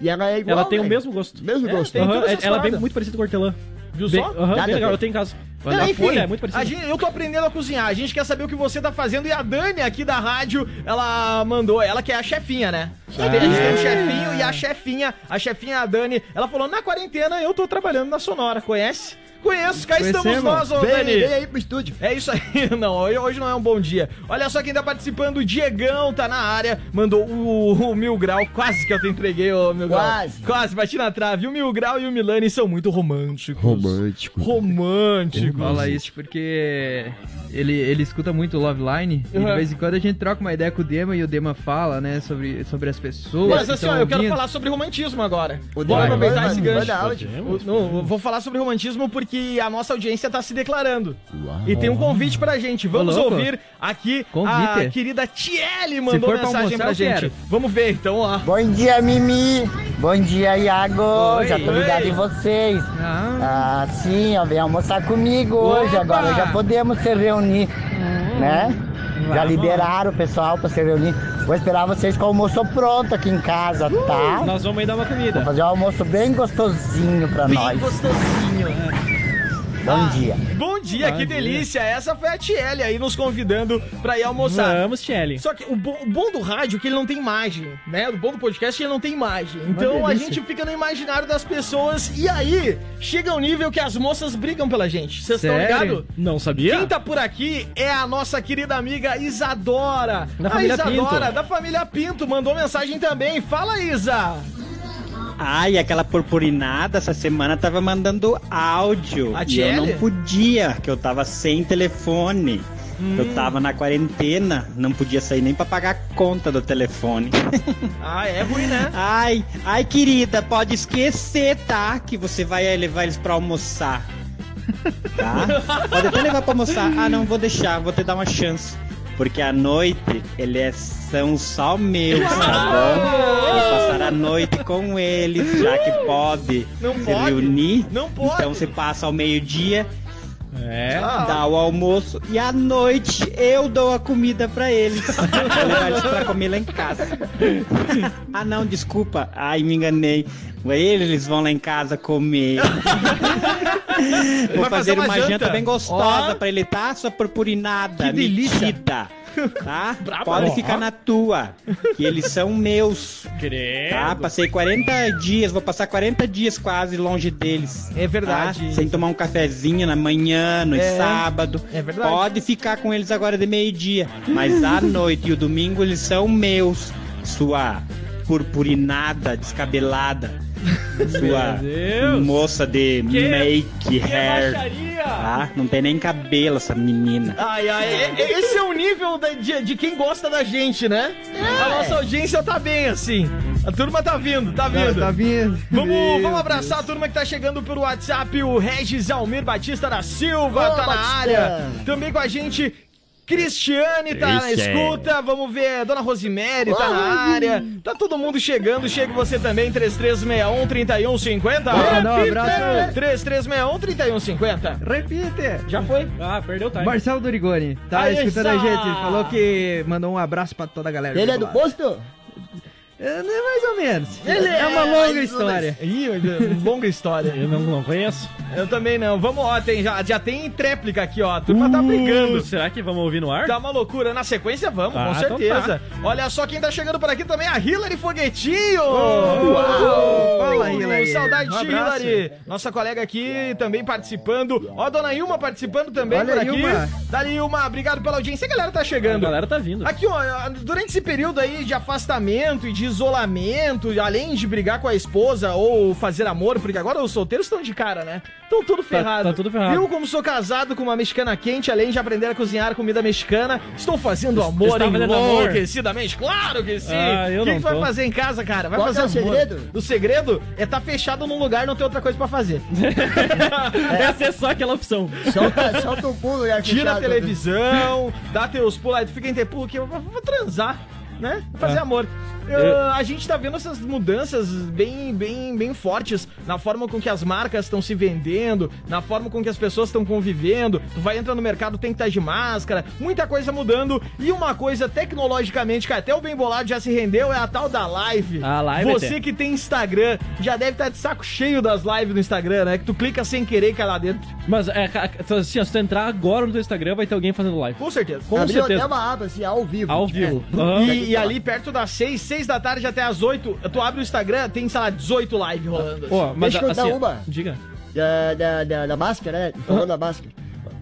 E ela é igual.
Ela tem o
né?
mesmo gosto.
Mesmo
É,
gosto.
tem-
Aham,
todas
é-
essas
ela é bem
paradas.
muito parecida com hortelã.
Viu
Bem-
só?
Aham,
Nada
bem legal,
a ver.
eu tenho em casa.
Não,
a
enfim,
folha é muito
a
parecida.
gente, eu tô aprendendo a cozinhar. A gente quer saber o que você tá fazendo e a Dani aqui da rádio, ela mandou, ela que é a chefinha, né? A gente tem um chefinho e a chefinha, a chefinha a Dani, ela falou: "Na quarentena eu tô trabalhando na Sonora, conhece?" Conheço, cá estamos
Conhecemos.
nós, ô
Vem,
Dani.
vem aí pro estúdio.
É isso aí, não, hoje- hoje não é um bom dia. Olha só quem tá participando, o Diegão tá na área, mandou o, o Mil Grau, quase que eu te entreguei, ô Mil Grau.
Quase.
Quase, bati na trave. O Mil Grau e o Milani são muito românticos.
Romântico.
Românticos.
Fala isso porque ele, ele escuta muito Love Line e
Uhum.
de vez em quando a gente troca uma ideia com o Dema e o Dema fala, né, sobre, sobre as pessoas.
Mas
que
assim,
tão
ó, eu quero
ouvindo.
falar sobre romantismo agora.
O
Vamos
Dema
aproveitar
manda-
esse gancho.
manda áudio.
Eu- não, eu vou falar sobre romantismo porque a nossa audiência tá se declarando.
Uau.
E tem um convite pra gente. Vamos
Ô, louco.
ouvir aqui a
Convite.
querida Tiele mandou
for pra
mensagem
almoçar,
pra
eu
gente.
quero.
Vamos ver, então, ó.
Bom dia, Mimi. Bom dia, Iago.
Oi.
já tô ligado em vocês.
Ah,
Ah, sim, ó, vem almoçar comigo hoje.
Opa! Hum.
Agora já podemos se reunir, né? Já liberaram o pessoal pra se reunir. Vou esperar vocês com o almoço pronto aqui em casa,
Uh.
tá?
Nós vamos aí dar uma comida.
Fazer um almoço bem gostosinho pra nós.
gostosinho.
Bom dia.
Bom dia, que delícia! Essa foi a Tiele aí nos convidando pra ir almoçar.
Vamos, Tiele.
Só que o bom, o bom do rádio é que ele não tem imagem, né? O bom do podcast é que ele não tem imagem. Então a
delícia.
gente fica no imaginário das pessoas e aí chega ao nível que as moças brigam pela gente. Vocês estão
Sério?
ligados?
Não sabia?
Quem tá por aqui é a nossa querida amiga Isadora.
Da
a
família
Isadora
Pinto.
da família Pinto mandou mensagem também. Fala, Isa!
Ai, aquela purpurinada essa semana tava mandando áudio.
A
e eu
Tiele?
não podia, que eu tava sem telefone. Eu
Hum.
tava na quarentena, não podia sair nem pra pagar a conta do telefone.
Ah, é ruim, né?
Ai, ai querida, pode esquecer, tá? Que você vai levar eles pra almoçar. Tá? Pode até levar pra almoçar. Ah, não, vou deixar, vou te dar uma chance. Porque à noite eles são só meus, tá bom? Vou passar a noite com eles, já que pode
Não
se
pode.
reunir.
Não pode.
Então você passa ao meio-dia,
É.
Ah,
dá o almoço e à noite eu dou a comida pra eles. Vou levar eles pra comer lá em casa. ah não, desculpa. Ai, me enganei. Eles vão lá em casa comer. Vou
Vai fazer
fazer,
uma
uma janta,
janta.
bem gostosa
Ó.
pra ele, tá? Sua purpurinada.
Que delícia.
metida, Tá?
Braba.
Pode
Ó.
ficar na tua. Que eles são meus.
Credo.
É,
Tá? Passei 40 dias, vou passar 40 dias quase longe deles.
É verdade.
Tá? Sem tomar um cafezinho na manhã, no
É.
sábado.
É verdade.
Pode ficar com eles agora de meio-dia. Mas à noite e o domingo eles são meus. Sua purpurinada, descabelada. Sua
Deus.
moça de
Que-
make hair.
baixaria!
Tá? Não tem nem cabelo essa menina.
Ai, ai, e- e- esse é o nível da- de, de quem gosta da gente, né? A nossa audiência tá bem assim. A turma tá vindo, tá vindo.
Tá vindo.
Vamos,
Meu
vamos abraçar a turma que tá chegando pelo WhatsApp, o Regis Almir Batista da Silva
Ô,
tá na
Batistão.
área. Também com a gente, Cristiane tá na escuta. Vamos ver, Dona Rosemary tá na área. Tá todo mundo chegando, chega você também, 3361 3150.
Bora dar um abraço.
3361 3150.
Repite!
Já foi?
Ah, perdeu o time.
Marcelo Dorigoni, tá
Aí,
escutando a
Isa!
gente, falou que mandou um abraço pra toda a galera.
Ele é do
Bolsonaro.
posto?
É, né, mais ou menos.
Ele
é uma
é
longa
mais ou
história.
Ih, longa história.
Eu não, não conheço.
Eu também não. Vamos, ó, tem, já, já tem tréplica aqui, ó. A turma tá brigando.
Uh, será que vamos ouvir no ar?
Tá uma loucura. Na sequência, vamos,
Ah,
com
então
certeza. Olha só quem tá chegando por aqui também, a Hilary Foguetinho! Uau!
Fala, Hilary.
Saudade de
Um
ti,
abraço.
Hilary! Nossa colega aqui também participando. Ó, a dona Ilma participando também
Olha,
por aqui.
Ilma.
Da Ilma, obrigado pela audiência. A galera tá
A
chegando.
galera tá vindo.
Aqui, ó, durante esse período aí de afastamento e de isolamento, além de brigar com a esposa ou fazer amor, porque agora os solteiros estão de cara, né? Estão tudo ferrado.
tá tudo ferrado.
Eu, como sou casado com uma mexicana quente, além de aprender a cozinhar comida mexicana, estou fazendo amor
está fazendo amor?
enlouquecidamente. Claro que sim.
Ah, eu
o que,
não
que tu vai
tô.
fazer em casa, cara? Vai
Qual
fazer
que é o
amor.
segredo?
O segredo é estar tá fechado num lugar e não ter outra coisa pra fazer.
Essa é só aquela opção.
Solta, solta o pulo, já
Tira a televisão, dá teus pulos aí, tu fica em tempo porque eu vou, vou transar, né? Vou fazer
É.
amor. Eu-
Eu-
a gente tá vendo essas mudanças bem, bem, bem fortes na forma com que as marcas estão se vendendo, na forma com que as pessoas estão convivendo. Tu vai entrar no mercado, tem que estar de máscara, muita coisa mudando. E uma coisa tecnologicamente que até o Bem Bolado já se rendeu é a tal da live.
A live, é
Você
ET.
que tem Instagram já deve estar de saco cheio das lives no Instagram, né? Que tu clica sem querer e cai lá dentro.
Mas é, ca- ca- assim, ó, se tu entrar agora no teu Instagram, vai ter alguém fazendo live.
Com certeza.
Com
Abriu até
certeza.
uma aba, assim, ao vivo.
É.
Ao vivo.
E-
Aham.
E, ali perto das 6, 6 da tarde até as 8, tu abre o Instagram, tem, sei lá, 18 live rolando.
Ó, mas
Deixa eu
assim,
dar
ó,
uma.
Diga.
Da, da, da, da máscara, né? Falando da máscara.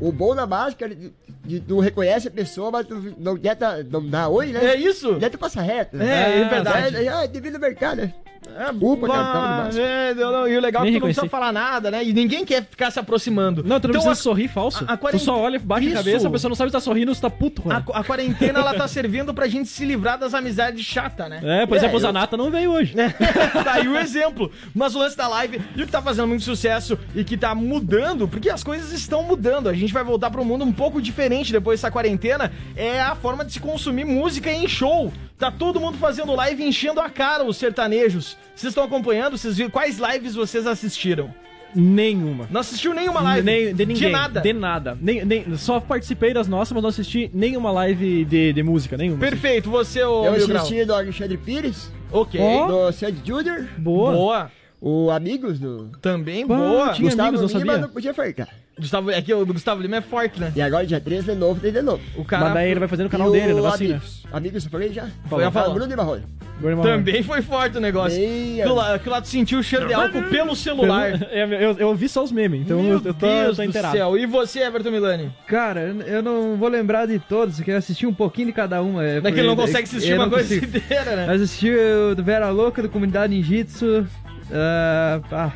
O bom da máscara, de, de, tu reconhece a pessoa, mas tu não quer tá- não dá oi, né?
É isso?
Já tu passa reto.
É, é verdade.
É, é, é devido ao mercado, né?
É,
Upa, cara, tava
bah,
demais.
é, não, não, e o legal é que
Nem
tu não precisa
reconheci.
falar nada, né? E ninguém quer ficar se aproximando.
Não, tu
então,
não precisa
a-
sorrir falso.
a- a
tu
quarenta-
só olha, baixa
Isso.
a cabeça, a pessoa não sabe se tá sorrindo ou se tá puto.
a,
Né?
a quarentena, ela tá servindo pra gente se livrar das amizades chatas, né?
É, por exemplo,
É,
o Zanata não veio hoje.
tá aí o exemplo. Mas o lance da live e o que tá fazendo muito sucesso e que tá mudando, porque as coisas estão mudando. A gente vai voltar pro mundo um pouco diferente depois dessa quarentena. É a forma de se consumir música em show. Tá todo mundo fazendo live e enchendo a cara os sertanejos. Vocês estão acompanhando? Vocês viram quais lives vocês assistiram?
Nenhuma.
Não assistiu nenhuma live?
Nem- de ninguém.
nada.
De nada. Nem, nem, só participei das nossas, mas não assisti nenhuma live de, de música, nenhuma. assim.
Perfeito, você, ô
Eu
Mil Grau.
assisti do Alexandre Pires,
Ok.
Ó.
do Sandy Junior,
Boa.
Boa.
o Amigos do
Também
Bah,
boa.
tinha- amigos, não
Lima,
sabia?
não podia fartar.
Gustavo, é que o do Gustavo Lima é forte, né?
E agora dia 13 de novo, tem de novo.
O cara
Mas daí ele vai fazer no canal
E o
um
dele, né? Vacina.
Amigos, amigos, eu falei já?
Falou.
Ah, Bruno de Marrone.
Agora,
também foi forte o negócio.
Bem,
Que o, la- que o lado sentiu o cheiro de álcool pelo celular.
É, eu, eu vi só os memes, então
Meu
eu, eu tô, eu
Deus
tô
do
inteirado.
céu. E você, Everton Milani?
Cara, eu- eu não vou lembrar de todos, eu quero assistir um pouquinho de cada uma. É,
Não é que ele não
porque-
consegue assistir
eu
uma
não
coisa
consigo.
inteira, né?
Mas assisti o do Vera Louca, do Comunidade Ninjitsu. ah, ah.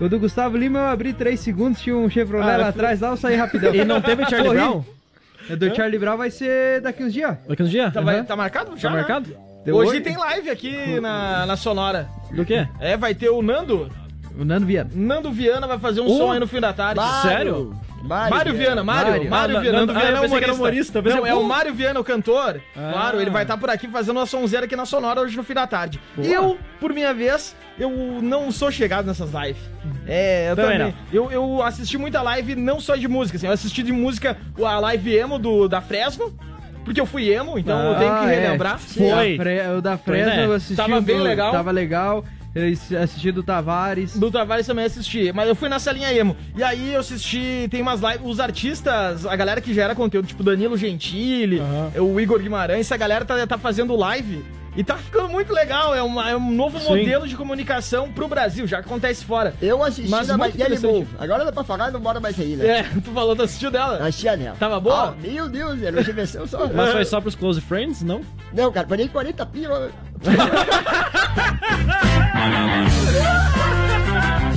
O do Gustavo Lima eu abri 3 segundos, tinha um Chevrolet
Ah,
lá
eu-
atrás, lá eu saí rapidão.
E não teve Charlie
Corri.
Brown?
O do Charlie Brown vai ser daqui uns dias.
Daqui uns dias?
Tá, vai- tá marcado? Já,
um Tá
né?
marcado?
Hoje
Deu-
tem live aqui na, na Sonora.
Do quê?
É, vai ter o Nando.
O Nando Viana.
Nando Viana vai fazer um
Oh.
som aí no fim da tarde.
Sério?
Mário,
Mário Viana, Mário, Mário,
Mário.
Ah,
Viana,
Nando-
Nando Viana
ah,
é
eu pensei que era
humorista.
humorista, eu pensei,
Não, é
pô.
o Mário Viana, o cantor.
Ah.
Claro, ele vai estar por aqui fazendo uma sonzeira aqui na Sonora hoje no fim da tarde. E eu, por minha vez, eu não sou chegado nessas lives. É, eu
Também
também. Eu, eu assisti muita live, não só de música, assim, eu assisti de música a live emo do, da Fresno, porque eu fui emo, então eu tenho que
Ah, é.
relembrar.
Foi.
O da Fre- O da Fresno
né?
eu assisti.
Tava
o do-
bem legal.
Tava legal. Eu assisti- assisti do Tavares.
Do Tavares também assisti, mas eu fui nessa linha emo. E aí eu assisti, tem umas lives, os artistas, a galera que gera conteúdo, tipo Danilo Gentili,
Aham.
o Igor Guimarães, essa galera tá, tá fazendo live e tá ficando muito legal. É, uma- é um novo
Sim.
modelo de comunicação pro Brasil, já que acontece fora.
Eu assisti
Mas
na
muito
Maquiele
interessante.
Bowl. Agora dá pra falar, não mora mais aí, né?
É, tu falou, tu assistiu dela?
Assisti a nela.
Tava boa?
Ah, meu Deus, era uma diversão só. Ah,
Mas foi só pros close friends, não?
Não, cara, parei 40 pila.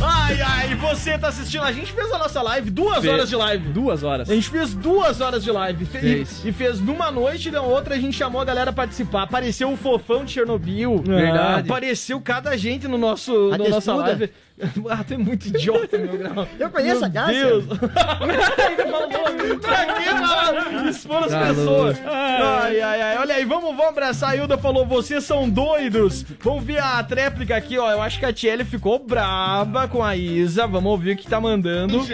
Ai, ai, você tá assistindo. A gente fez a nossa live, duas
Fez.
horas de live.
Duas horas.
A gente fez duas horas de live. Fe-
Fez.
E, e fez numa noite e na outra a gente chamou a galera a participar. Apareceu o fofão de Chernobyl.
É.
Verdade.
Apareceu cada gente no nosso na
A
nossa
testuda.
live. Ah, tu é muito idiota, meu grau.
Eu conheço a Cássia.
Deus. Ele falou, pra que falar? expor as
Tá
pessoas? Ai, ai, ai. Olha aí, vamos, vamos abraçar. A Hilda falou, vocês são doidos. Vamos ver a tréplica aqui, ó. Eu acho que a Tiele ficou braba com a Isa. Vamos ouvir o que tá mandando.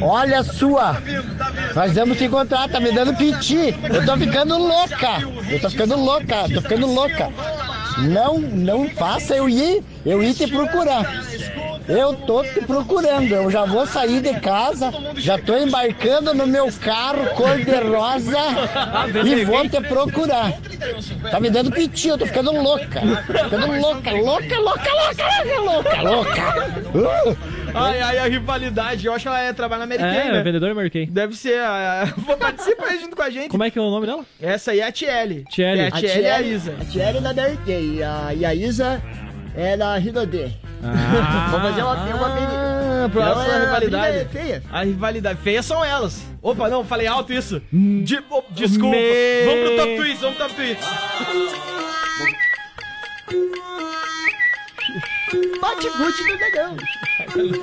Olha a sua! Nós vamos se encontrar, tá me dando piti! Eu tô ficando louca! Eu tô ficando louca, tô ficando louca! Não, não faça eu ir, eu ir te procurar. Eu tô te procurando, eu já vou sair de casa, já tô embarcando no meu carro cor de rosa e vou te procurar. Tá me dando piti, eu tô ficando louca. Ficando louca, louca, louca, louca, louca, louca, louca. Uh!
Ai, ai, a rivalidade. Eu acho que ela é, trabalha na Mary Kay,
É,
né?
vendedor e marquei.
Deve ser. A... Vou participar aí junto com a gente.
Como é que é o nome dela?
Essa aí é a Tiele.
Tiele.
É a
A
Tiele e a Isa.
A Thierry é da Mary Kay e a, e a Isa é da Rinodê. Vou fazer uma, uma
Ah,
Então,
próxima
é,
rivalidade.
a briga é feia.
A rivalidade feia são elas. Opa, não, falei alto isso. De- oh, desculpa.
Me-
Vamos pro top twist, vamos pro top twist.
Bate boot do negão.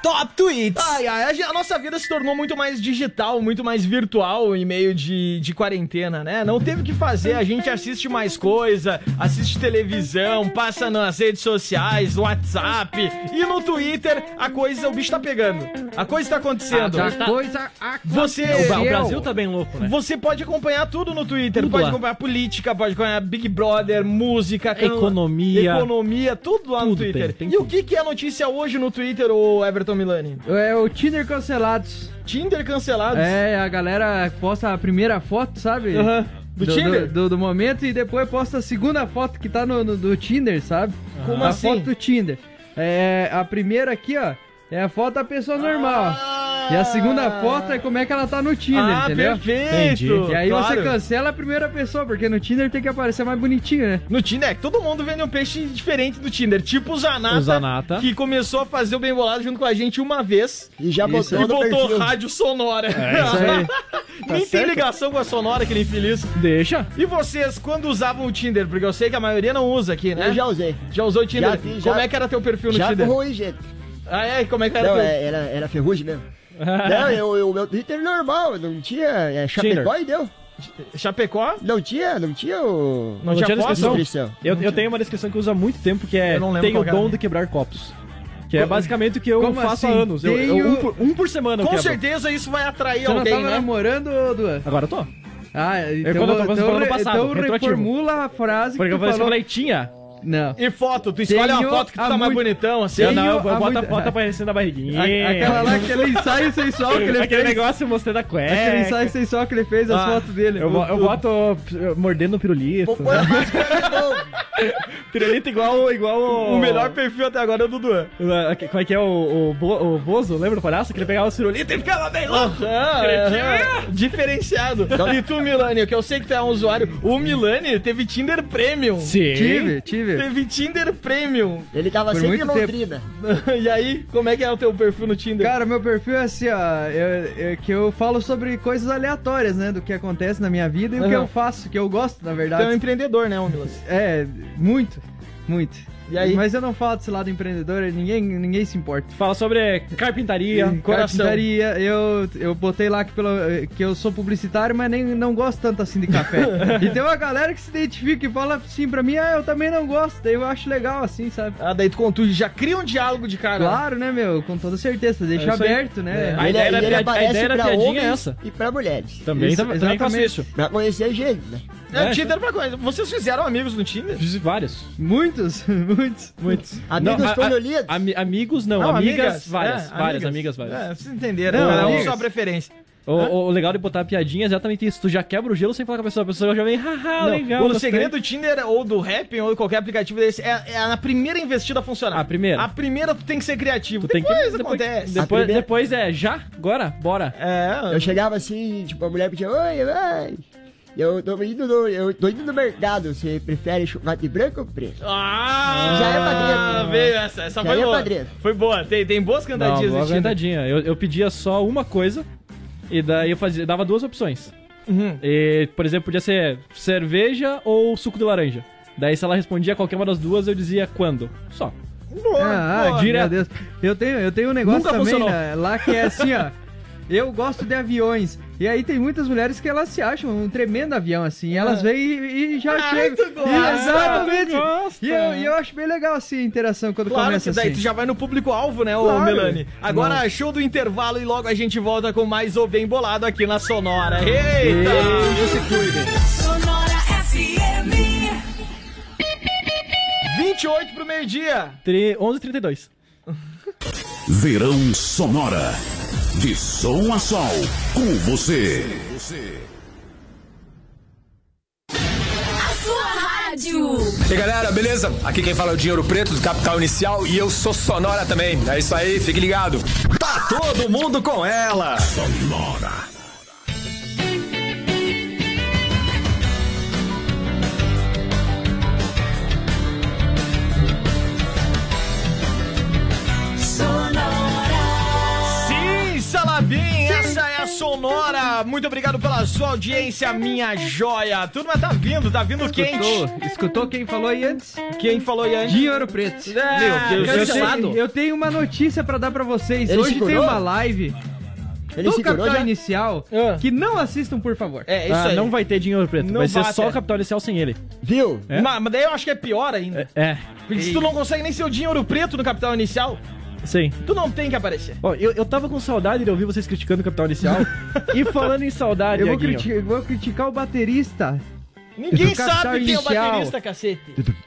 Top Tweets! Ai, ai, a, gen- a nossa vida se tornou muito mais digital, muito mais virtual em meio de, de quarentena, né? Não teve o que fazer, a gente assiste mais coisa, assiste televisão, passa nas redes sociais, no WhatsApp e no Twitter, a coisa, o bicho tá pegando. A coisa tá acontecendo.
Da coisa a
Você.
O
Eu.
Brasil Ah, tá bem louco, né?
Você pode acompanhar tudo no Twitter.
Tudo
pode
lá.
acompanhar política, pode acompanhar Big Brother, música, can-
Economia.
economia, tudo lá no
Tudo
Twitter.
tem, tem
e o
tudo.
que, que é notícia hoje no Twitter, ô Everton Milani?
É o Tinder cancelados.
Tinder cancelado.
É, a galera posta a primeira foto, sabe?
Aham. Do Tinder?
Do, do- do momento e depois posta a segunda foto que tá no, no- do Tinder, sabe?
Como
a
assim?
foto do Tinder. É, a primeira aqui, ó, é a foto da pessoa normal. E a
Ah.
segunda foto é como é que ela tá no Tinder,
Ah,
entendeu?
perfeito.
Entendi.
E aí
claro.
você cancela a primeira pessoa, porque no Tinder tem que aparecer mais bonitinho, né?
No Tinder, é que todo mundo vende um peixe diferente do Tinder. Tipo o Zanata,
O Zanata.
que começou a fazer o Bem Bolado junto com a gente uma vez.
E já
E
botou no
botou
perfil.
rádio sonora.
É
Ah,
Tá
Nem tem ligação com a sonora, aquele infeliz.
Deixa.
E vocês, quando usavam o Tinder? Porque eu sei que a maioria não usa aqui, né?
Eu já usei.
Já usou o Tinder?
Já fiz, já.
Como é que era teu perfil no
Já
Tinder?
ficou ruim, gente.
Ah, é? Como é que era
Não,
teu?
é, era, era ferrugem mesmo.
É.
Não, eu, eu, meu Twitter é normal, não tinha. É, Chapecó e deu. é.
Chapecó?
Não tinha, não tinha o.
Não, tinha foto?
descrição?
Descrição.
Eu, eu tenho uma descrição que usa há muito tempo que é
Eu não lembro
Tenho
qual
o
que era.
dom de quebrar copos. Que é basicamente o que eu
Como
faço há
assim?
anos. Eu, eu-
Tenho-
um, por, um por semana eu
Com
quebro.
certeza isso vai atrair
Você não
alguém,
tava
né?
namorando, Duan?
Agora eu tô.
Ah, então,
É quando eu tava
então,
falando
re-
passado,
então
retroativo.
reformula a frase
Porque
que
eu
tu
falei, assim, eu
falou.
falei, tinha.
Não.
E foto, tu escolhe
Tenho
uma foto que tu
a
tá mais
muito-
bonitão, assim.
Tenho
Eu não, eu, eu
a
boto a
muita-
foto aparecendo na barriguinha.
A- Aquela lá, aquele ensaio sensual que ele
Aquele
fez.
negócio mostrando a cueca.
Aquele ensaio sensual que ele fez, as
Ah,
fotos dele.
Eu, bo- eu boto eh, mordendo o pirulito.
Põe a máscara de novo.
pirulito igual, igual o...
O melhor perfil até agora é o Dudu.
Ah, que- Como é que é o, o, Bo- o Bozo? Lembra do palhaço? Que ele pegava o pirulito e ficava bem louco.
Cretinho. Ah, é, Então- Diferenciado. E tu, Milani, que eu sei que tu é um usuário. O Milani teve Tinder Premium.
Sim.
Ah, Tive, tive.
Teve Tinder Premium.
Ele tava
Por
sempre em
muito tempo.
Londrina.
E aí, como é que é o teu perfil no Tinder?
Cara, meu perfil é assim, ó. eu- eu- que eu falo sobre coisas aleatórias, né? Do que acontece na minha vida e o que
Aham.
eu faço, que eu gosto,
tu
na
é um
verdade.
empreendedor, né, ô Milas?
É, muito, muito.
E aí?
Mas eu não falo desse lado empreendedor, ninguém, ninguém se importa.
Fala sobre carpintaria.
coração.
Carpintaria, eu, eu botei lá que, pelo, que eu sou publicitário, mas nem não gosto tanto assim de café. e tem uma galera que se identifica e fala assim pra mim, ah, eu também não gosto, daí eu acho legal assim, sabe?
Ah, daí tu, con- tu já cria um diálogo de cara.
Claro, né, meu? Com toda certeza, deixa
É isso aí.
aberto, né?
A
Ele, é-
ideia era
ele
piadi- a ideia
aparece
era
pra
piadinha
homens
essa.
e pra mulheres.
Também,
Isso,
tá-
também, também faço
exatamente.
isso.
Pra conhecer gente, né?
É,
É,
Tinder pra coisa. Vocês fizeram amigos no Tinder?
Fiz vários.
Muitos, muitos.
Muitos.
Amigos
Não, a- a-
coloridos.
ami- amigos não,
Não,
amigas,
amigas,
várias,
é,
várias,
amigas.
amigas, várias.
É, vocês entenderam.
Não,
Cada um
amigos.
só a preferência.
O, o- o legal de botar a piadinha é exatamente isso. Tu já quebra o gelo sem falar com a pessoa. A pessoa já vem, haha,
Não,
legal.
o
gostei."
segredo do Tinder ou do Happn ou de qualquer aplicativo desse é, é a primeira investida funcionar.
A primeira.
A primeira tu tem que ser criativo.
Tu tem que-
depois
depois-
acontece.
Depois,
A primeira-
depois é já, agora, bora.
É,
Eu chegava assim, tipo, a mulher pedia, oi, mãe. Eu tô indo no, eu tô indo no mercado, você prefere chocolate branco ou preto?
Ah,
Já é padrinho.
Veio essa, essa
Já
foi
é
boa.
padrinho.
Foi boa, tem, tem boas cantadinhas
Não,
no
uma
Tinder.
cantadinha. Eu, eu pedia só uma coisa e daí eu fazia, dava duas opções.
Uhum.
E, por exemplo, podia ser cerveja ou suco de laranja. Daí se ela respondia qualquer uma das duas, eu dizia quando. Só.
Boa,
Ah,
boa.
ah,
direto.
meu Deus. Eu tenho, eu tenho um negócio
Nunca
também
funcionou.
né, lá que é assim, ó. Eu gosto de aviões. E aí tem muitas mulheres que elas se acham um tremendo avião, assim. E elas vêm e, e já
Ah,
chegam.
tu
E-
gosta,
Exatamente.
tu gosta.
E eu, e eu acho bem legal, assim, a interação quando
Claro
começa
que daí
assim.
tu já vai no público-alvo, né, ô
Claro.
Melani? Agora, show do intervalo e logo a gente volta com mais O Bem Bolado aqui na Sonora. Eita!
Sonora
E.
FM.
28 pro meio-dia.
Tri- 11h32.
Verão Sonora. De som a sol. Com você.
A sua rádio.
E aí, galera, beleza? Aqui quem fala é o Dinheiro Preto do Capital Inicial e eu sou Sonora também. É isso aí, fique ligado. Tá todo mundo com ela.
Sonora.
Sim, Salabim, essa é a Sonora. Muito obrigado pela sua audiência, minha joia. Turma, tá vindo, tá vindo quente.
Escutou, escutou quem falou aí antes?
Quem falou aí antes?
Dinheiro Preto.
Ah,
Meu Deus,
eu,
cancelado.
tenho, eu tenho uma notícia pra dar pra vocês.
Ele
Hoje tem
segurou?
uma live
Ele
do
segurou
Capital
já?
Inicial
Ah.
que não assistam, por favor.
É, isso
ah,
aí.
não vai ter dinheiro preto.
Não
vai ser
vai
só
é.
ter.
o capital inicial sem ele.
Viu?
É? Mas, mas daí eu acho que é pior ainda.
É,
Porque se tu não consegue nem ser o dinheiro preto no capital inicial,
sim.
tu não tem que aparecer.
Ó, eu, eu tava com saudade de ouvir vocês criticando o capital inicial. e falando em saudade,
Eu vou,
Iaguinho,
criti- eu vou criticar o baterista,
Ninguém
Do Capital
sabe quem é o
Inicial.
baterista, cacete.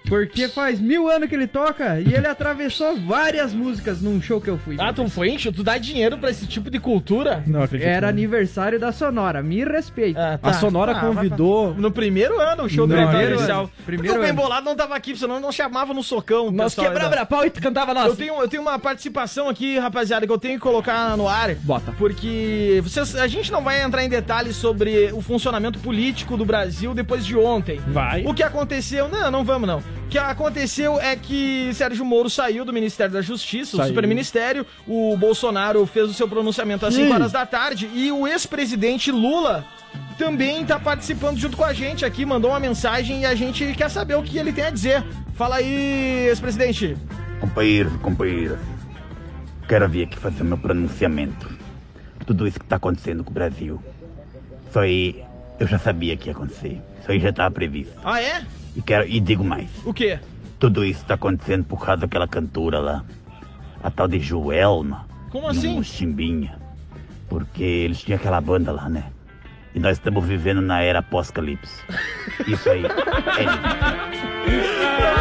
porque faz mil anos que ele toca e ele atravessou várias músicas num show que eu fui.
Ah, tu foi enxo? Tu dá dinheiro pra esse tipo de cultura?
Não acredito.
Era
não.
aniversário da Sonora, me respeita.
Ah,
A Sonora
Ah,
convidou.
vai- No primeiro ano, o show do
Não,
Capital
primeiro
Inicial.
ano, primeiro
Porque o Bem
ano.
Bolado não tava aqui, senão não chamava no socão. o
Nós
pessoal né? ainda.
quebrava a pau e cantava nós.
Eu tenho, eu tenho uma participação aqui, rapaziada, que eu tenho que colocar no ar.
Bota.
Porque vocês, a gente não vai entrar em detalhes sobre o funcionamento político do Brasil depois de ontem.
Vai.
O que aconteceu? Não, não vamos não. O que aconteceu é que Sérgio Moro saiu do Ministério da Justiça, o
Saiu.
Superministério. O Bolsonaro fez o seu pronunciamento às 5 horas da tarde e o ex-presidente Lula também tá participando junto com a gente aqui, mandou uma mensagem e a gente quer saber o que ele tem a dizer. Fala aí, ex-presidente.
Companheiros e companheiras, quero vir aqui fazer meu pronunciamento de tudo isso que está acontecendo com o Brasil. Isso aí eu já sabia que ia acontecer, isso aí já estava previsto.
Ah, é?
E, quero, e digo mais,
O quê?
tudo isso está acontecendo por causa daquela cantora lá, a tal de Joelma.
Como
e
assim?
o Chimbinha, porque eles tinham aquela banda lá, né? E nós estamos vivendo na era pós-calipso. Isso aí é lindo.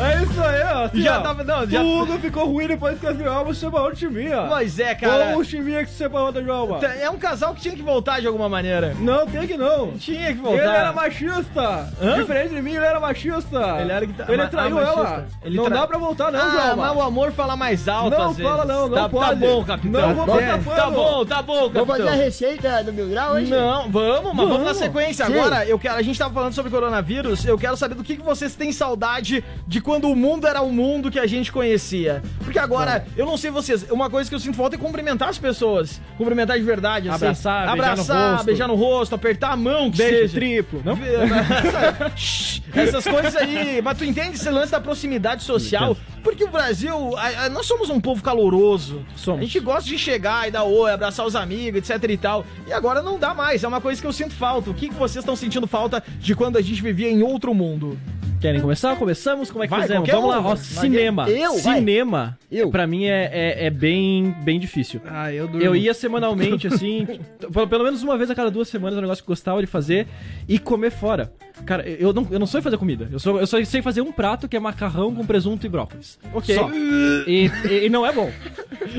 É isso aí, ó. Assim,
Já
ó,
tava- não, já-
Tudo ficou ruim depois que assim, a Joelma separou do Timinha.
Pois é, cara.
Ou o Timinha que se separou da Joelma.
É um casal que tinha que voltar de alguma maneira.
Não, tem que não.
Tinha que voltar.
Ele era machista.
Hã?
Diferente de mim, ele era machista.
Ele era que tá-
Ele
ma-
traiu
ah,
ela.
machista. Ele
não
tra-
dá pra voltar, não,
ah,
Joelma.
mas o amor fala mais alto
Não
às vezes.
fala não, não
tá,
pode.
Tá bom, capitão.
Não vou
Tá
botar
bom.
pano.
Tá bom, tá bom, capitão.
Vamos fazer a receita do Mil
tá
Grau hoje?
Não, vamos, mas vamos, na
Vamos.
sequência.
Sim.
Agora, eu quero, a gente tava falando sobre coronavírus, eu quero saber do que, que vocês têm saudade de quando o mundo era o mundo que a gente conhecia. Porque agora, eu não sei vocês, uma coisa que eu sinto falta é cumprimentar as pessoas. Cumprimentar de verdade, assim.
Abraçar, beijar no
Abraçar,
rosto.
beijar no rosto, apertar a mão, que
Beijo
seja.
triplo. Não?
né? Shhh, Essas coisas aí. Mas tu entende esse lance da proximidade social? Porque o Brasil, a- a- nós somos um povo caloroso.
Somos.
A gente gosta de chegar e dar oi, abraçar os amigos, etc e tal. E agora não dá mais. É uma coisa que eu sinto falta. O que, que vocês estão sentindo falta de quando a gente vivia em outro mundo?
Querem começar? Começamos? Como é que
Vai,
fazemos?
qualquer
Vamos lá,
um.
ó, cinema.
Eu, vai.
cinema,
Eu.
pra mim, é, é, é bem, bem difícil.
Ah, eu durmo.
Eu ia semanalmente, assim, t- pelo, pelo menos uma vez a cada duas semanas, era um negócio que eu gostava de fazer e comer fora. Cara, eu não, eu não sei fazer comida. Eu, sou, eu só sei fazer um prato que é macarrão com presunto e brócolis. Ok. Só. E, e- e não é bom.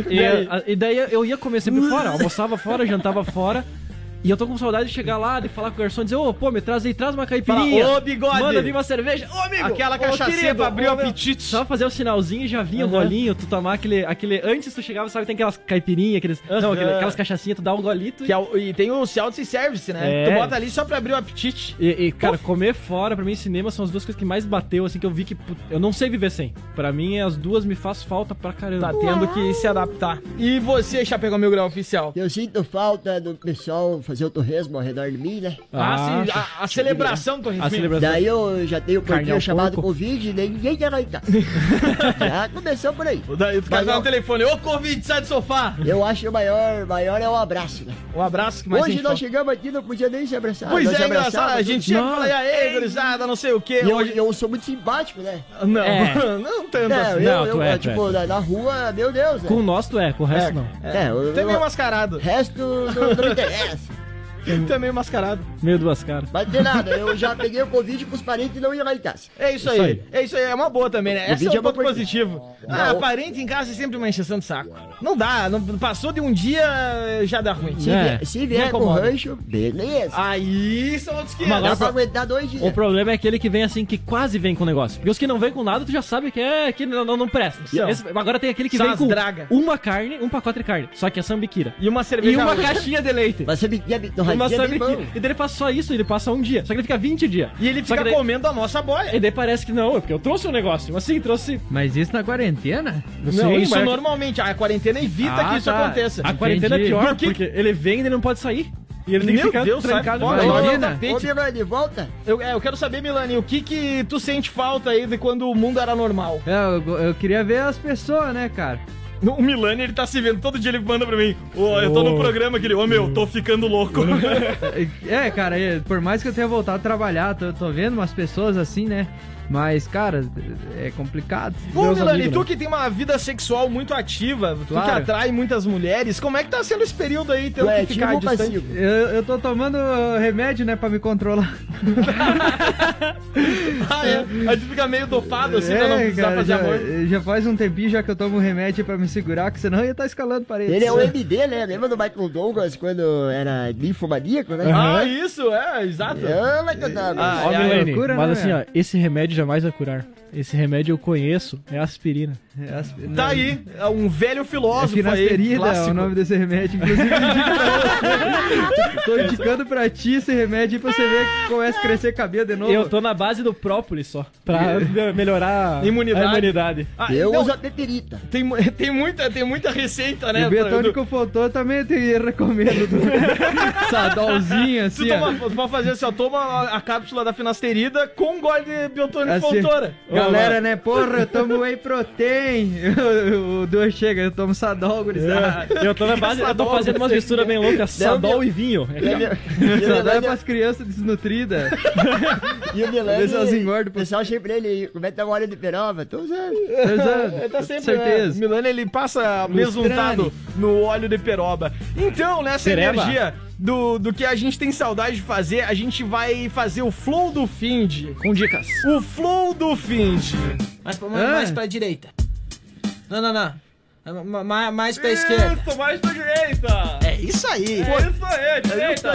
E, a- e daí eu ia comer sempre fora, almoçava fora, jantava fora. E eu tô com saudade de chegar lá, de falar com o garçom e dizer, ô, pô, me traz aí, traz uma caipirinha.
Fala, "Ô, bigode."
Manda vir uma cerveja. Ô, amigo.
Aquela
Ô,
cachaça
querido,
pra abrir
ô,
o
meu."
apetite.
Só fazer o sinalzinho e já vinha o golinho, tu tomar aquele, aquele. Antes tu chegava, sabe, tem aquelas caipirinhas, aqueles. Não, aquele- aquelas cachaçinhas, tu dá um golito e-
Que é o- e tem o self-service, né?
É.
Tu bota ali só pra abrir o apetite.
E, e, cara, comer fora, pra mim, cinema são as duas coisas que mais bateu, assim, que eu vi que. put- Eu não sei viver sem. Pra mim, as duas me faz falta pra caramba.
Tá tendo que se adaptar. E você, Chapecó Mil Grau Oficial?
Eu sinto falta do pessoal fazer o torresmo ao redor de mim, né?
Ah, sim,
Ah,
a, a celebração, Torres
a celebração.
Daí eu já tenho um
Carne
porquinho
ao
chamado
porco.
Covid e nem ninguém quer lá em casa. já começou por aí.
Daí tu
Mas
cara tá
eu-
no telefone, ô Covid, sai do sofá!
Eu acho que o maior, maior é o abraço, né?
Um abraço que mais
Hoje
gente fala.
nós chegamos aqui, não podia nem se abraçar.
Pois
Nós né? se
é,
abraçava,
engraçado, a
tudo.
gente chega e fala, e aí, gurizada, não sei o quê.
E eu,
Hoje...
eu sou muito simpático, né?
Não,
É.
não tanto
É,
assim.
eu,
não,
eu,
tu é, tu
tipo, na, na rua, meu Deus, né?
Com o nosso tu é, com o resto não.
É, eu,
Tu é meio
eu,
mascarado.
o resto não, não me interessa.
Tu é meio mascarado.
Meio duas caras.
Mas tem nada, eu já peguei o Covid com os parentes e não ia lá em casa.
É isso, aí.
Isso
É isso aí. É uma boa também, né?
O
Esse é
vídeo
um
é uma
ponto
coisa-
positivo. Ah,
Não.
parente em casa é sempre uma encheção de saco. Não dá. não- passou de um dia, já dá ruim.
Se,
É.
vier, se vier
Me Ah,
com
acomoda.
rancho, beleza.
Aí são outros que...
Mas
Dá
agora-
pra aguentar dois dias.
O problema é aquele que vem assim, que quase vem com o negócio. Porque os que não vem com nada, tu já sabe que é que não, não, não presta.
São.
Esse- agora tem aquele que
São
vem
as
com
draga.
uma carne, um pacote de carne. Só que é sambiquira.
E uma cerveja...
E uma
ruim.
caixinha de leite.
Mas você me quer me
Uma
torradinha bem
sambiquira.
bom.
E daí ele passa só isso, ele passa um dia. Só que ele fica 20 dias.
E ele
Só
fica
que daí-
comendo a nossa boia.
E daí parece que não, é porque eu trouxe um negócio. Mas sim, trouxe.
Mas isso na quarentena?
Não,
Não, isso
é
mas- é
normalmente. A quarentena evita
Ah,
que isso
tá.
aconteça.
A quarentena é
Entendi.
pior,
Por quê?
porque ele vem e ele não pode sair. E ele tem que
Meu
ficar
Deus, sai
trancado.
fora.
embaixo.
Imagina.
Imagina.
Ô, Miranda, de volta.
Eu, é, eu quero saber, Milani, o que que tu sente falta aí de quando o mundo era normal?
É, Eu, go- eu queria ver as pessoas, né, cara?
O Milani, ele tá se vendo, todo dia ele manda pra mim, ô, eu tô no programa, aquele, ô meu, tô ficando louco.
É, cara, é, por mais que eu tenha voltado a trabalhar, tô, tô vendo umas pessoas assim, né? Mas, cara, é complicado.
Ô,
Meus
Milani,
amigos,
tu
né?
que tem uma vida sexual muito ativa, tu que
Claro.
atrai muitas mulheres, como é que tá sendo esse período aí, tendo que
Coletivo
ficar
ou
distante?
é tipo um passivo?
Eu, eu tô tomando remédio, né, pra me controlar.
Ah, é? Aí tu fica meio dopado, assim, pra não
É,
precisar
cara,
fazer
já,
amor.
já faz um tempinho já que eu tomo remédio pra me segurar, que senão eu ia estar escalando parede.
Ele é o MD, né? Lembra do Michael Douglas quando era ninfomaníaco, né?
Ah, isso, é, exato.
Ah, Michael Douglas.
Ah,
Ó,
é,
é
Milene,
loucura,
mas
né,
assim, ó, esse remédio jamais vai curar. Esse remédio eu conheço, é aspirina.
É as-
Tá
não,
aí, é um velho
É
filósofo aí,
finasterida é o nome desse remédio, inclusive. indica- tô indicando pra ti esse remédio aí pra você ver que começa a crescer cabelo de novo.
Eu tô na base do própolis só, pra melhorar a
Imunidade.
imunidade.
Ah,
Eu
então,
uso a peperita.
tem, mu- tem, muita, tem muita receita, né?
E o Biotônico faltou também eu te recomendo. Do... Essa dolzinha
Tu
assim, ó.
toma, tu pode fazer assim, ó, toma a, a cápsula da finasterida com um gole de biotônico
Assim,
Fontoura.
Galera, né? Porra, eu tomo whey protein. O Duas chega, eu tomo sadol,
É.
gurizada.
ah,
Eu tô na base, eu tô fazendo
é
umas misturas bem loucas, sadol e vinho. É que-
Sadol é
Sadol
pras crianças desnutridas.
E o Milani,
Vê se elas engordam,
o pessoal achei pra ele, como é que tá uma hora de peroba? Tô usando.
Ele
Exato.
tá sempre,
Certeza.
Né? Milano, ele passa mesuntado no óleo de peroba. Então, nessa
Pereba.
energia do, do que a gente tem saudade de fazer, a gente vai fazer o flow do Find.
Com dicas.
O flow do Find.
Mais pra,
Ah.
mais pra direita. Não, não, não. Ma- ma- mais pra esquerda.
Isso, mais pra direita.
É isso aí.
isso aí, direita.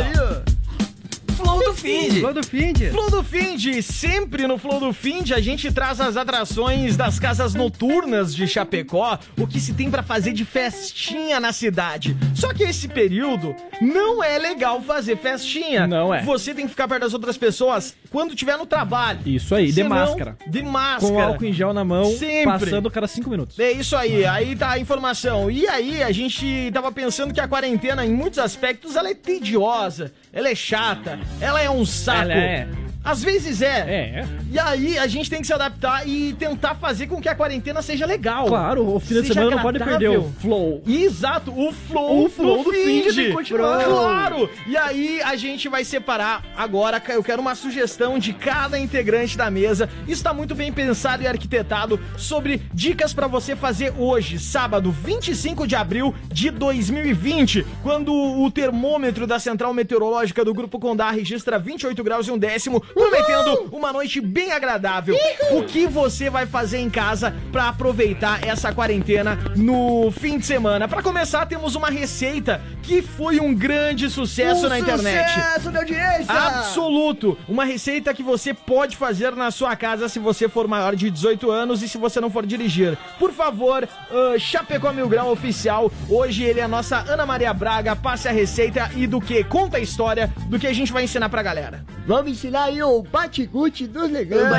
Flow do Find.
Flow do Find.
Flow do Find, sempre no Flow do Find a gente traz as atrações das casas noturnas de Chapecó, o que se tem pra fazer de festinha na cidade. Só que esse período não é legal fazer festinha.
Não é.
Você tem que ficar perto das outras pessoas quando tiver no trabalho.
Isso aí, de
Senão,
máscara.
De máscara.
Com álcool em gel na mão,
Sempre.
passando cada cinco minutos.
É isso aí, aí tá a informação. E aí, a gente tava pensando que a quarentena, em muitos aspectos, ela é tediosa, ela é chata, ela é um saco.
Ela é.
Às vezes é.
É,
E aí, a gente tem que se adaptar e tentar fazer com que a quarentena seja legal.
claro, o fim de
Seja
semana não pode perder
agradável.
o flow.
Exato, o flow,
O flow do
feed.
feed tem que continuar.
Claro! E aí a gente vai separar agora, eu quero uma sugestão de cada integrante da mesa. Isso tá muito bem pensado e arquitetado sobre dicas pra você fazer hoje, sábado, 25 de abril de 2020, quando o termômetro da Central Meteorológica do Grupo Condá registra 28 graus e um décimo, prometendo uma noite bem agradável. O que você vai fazer em casa pra aproveitar essa quarentena no fim de semana? Pra começar, temos uma receita que foi um grande sucesso na internet.
Um Sucesso da audiência!
Absoluto! Uma receita que você pode fazer na sua casa se você for maior de 18 anos e se você não for dirigir. Por favor, ah, Chapecó Mil Grau Oficial. Hoje ele é a nossa Ana Maria Braga. Passe a receita e do que? Conta a história do que a gente vai ensinar pra galera.
Vamos ensinar aí o batigute dos negão. né,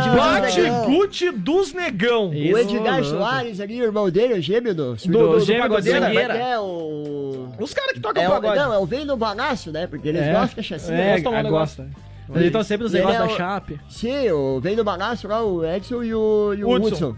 Batigute dos negão.
O Edgar Soares ali, o irmão dele, o gêmeo do...
Do gêmeo do
Pagodeiro, como é que
Zingueira.
é o...
né? Os caras que tocam
É o,
pagode.
não, é o vem no bagaço, né? Porque eles
É.
gostam de
assim,
chacina.
né?
É,
gostam do negócio.
gosta. gosta. Eles estão sempre nos
Ele
negócios
é
da
o-
chape.
Sim, o vem no bagaço lá, o Edson e o, e o
Hudson.
Hudson.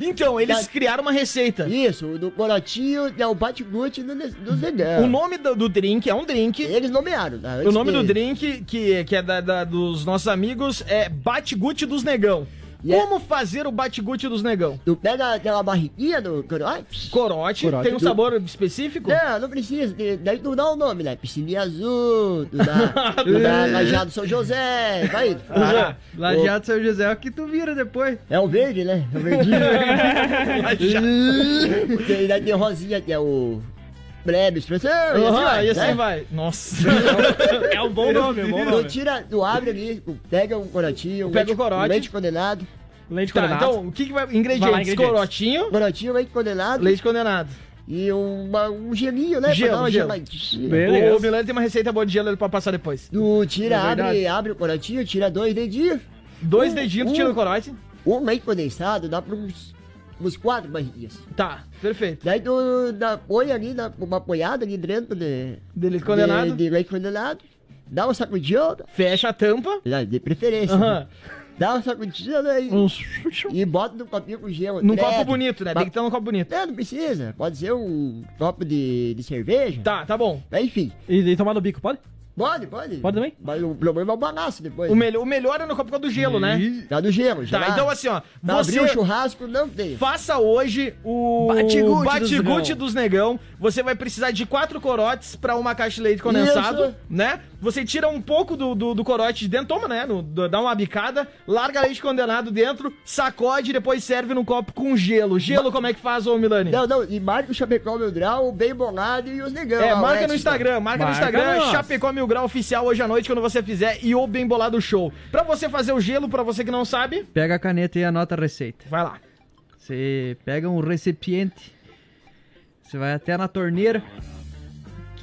Então, eles
Tá.
criaram uma receita.
Isso, o do Bonatinho é o batigute do, do Zegão.
O nome do, do drink é um drink.
Eles nomearam, né?
O
Antes
nome do
que-
drink, que, que é da- da- dos nossos amigos, é Batigute dos Negão.
E é-
Como fazer o Batigute dos Negão?
Tu pega aquela barriguinha do corote? É.
Corote,
Corote.
tem um sabor específico?
Não, não precisa. que Daí tu dá o nome, né? Piscininha Azul, tu dá, tu dá Lajado São José, vai indo.
Ah,
Lajeado São José é o que tu vira depois.
É o verde, né? É o verdinho. Porque aí daí tem rosinha, que é o... Breves, pra você... e assim vai,
e assim
né?
vai. Nossa. é um bom nome, é um bom
Tu
nome.
tira, tu abre ali, tu pega um corotinho, um
Pega
leite-
o corote.
um leite condenado,
Leite
Tá,
condenado.
então, o que, que vai.
Vai lá,
Ingredientes:
ingredientes.
corotinho,
corotinho, um leite condenado
leite condenado.
e uma- um gelinho, né?
Gelo,
pra dar uma
gelo.
geladinha.
Beleza.
O, o Milano tem uma receita boa de gelo ele pode passar depois.
Tu tira,
É verdade.
abre, abre o corotinho, tira dois dedinhos,
Dois
Um,
dedinhos,
um.
tira o corote.
um leite condensado, dá pra uns, uns quatro barriguinhas.
Tá, perfeito.
Daí tu dá, põe ali, dá uma apoiada ali dentro de,
Delito condenado.
de, de leite condenado, dá uma sacudida,
Fecha a tampa.
já, de preferência,
Aham. Um
né? dá uma sacudida e, e bota num copinho com gelo.
Num
credo.
copo bonito, né? Tem que estar num copo bonito.
Não, não precisa. Pode ser um copo de, de cerveja.
Tá, tá bom.
Mas, enfim,
E, e tomar no bico, pode?
pode, pode.
Pode também?
Mas o problema é o bagaço depois.
O, melhor o melhor é no copo do gelo, né?
Tá no gelo,
Tá,
já.
então assim, ó.
Pra
Você
abrir o um churrasco, não tem.
faça hoje o
Batigute dos
batigute
negão.
dos negão. Você vai precisar de quatro corotes pra uma caixa de leite condensado,
Isso.
né? Você tira um pouco do, do, do corote de dentro, toma, né? No- do- dá uma bicada, larga leite condenado dentro, sacode e depois serve no copo com gelo. Gelo, como é que faz, ô Milani?
Não, não, e marca o Chapecó Meu Grau, o Bem Bolado e os negão.
É,
lá, o
marca no
extra.
Instagram, marca, no
Marca
Instagram,
nós.
Chapecó Mil Grau Oficial hoje à noite, quando você fizer, e o Bem Bolado Show. Pra você fazer o gelo, pra você que não sabe,
Pega a caneta e anota a receita.
vai lá.
Você pega um recipiente, você vai até na torneira,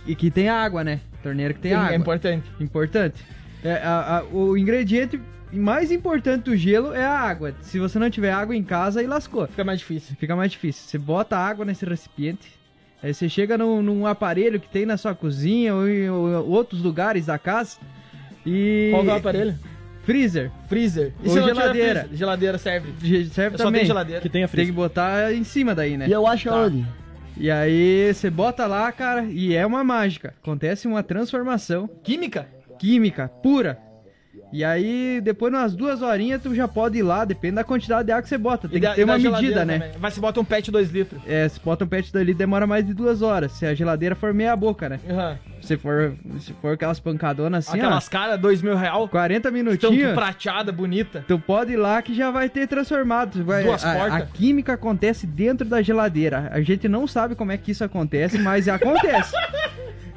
que, que tem água, né? Torneira que tem
É
água.
importante.
Importante. É, a- a- o ingrediente mais importante do gelo é a água. Se você não tiver água em casa, aí lascou.
Fica mais difícil.
Fica mais difícil. Você bota a água nesse recipiente, aí você chega num, num aparelho que tem na sua cozinha ou em ou- outros lugares da casa e...
Qual que é o aparelho?
Freezer.
Freezer.
Ou
se não tiver
geladeira.
freezer? Geladeira serve.
Ge- Serve
Só
também.
tem geladeira.
Que tenha
Tem que
frio.
botar em cima daí, né?
E eu
Tá.
acho aonde?
E aí você bota lá, cara, e é uma mágica. Acontece uma transformação
Química?
química pura. E aí, depois, umas duas horinhas, tu já pode ir lá, depende da quantidade de água que você bota. Tem
E da-
que ter
e da
uma medida,
geladeira
né?
também. Vai se bota um pet 2 litros.
É, se bota um pet dali, demora mais de duas horas. Se a geladeira for meia boca, né?
Aham.
Se for, se for aquelas pancadonas assim,
Aquelas
ó.
caras, dois mil real.
40
Tanto
minutinhos.
prateada, bonita.
Tu pode ir lá que já vai ter transformado. Vai,
Duas
a,
portas.
a química acontece dentro da geladeira. A gente não sabe como é que isso acontece, mas acontece.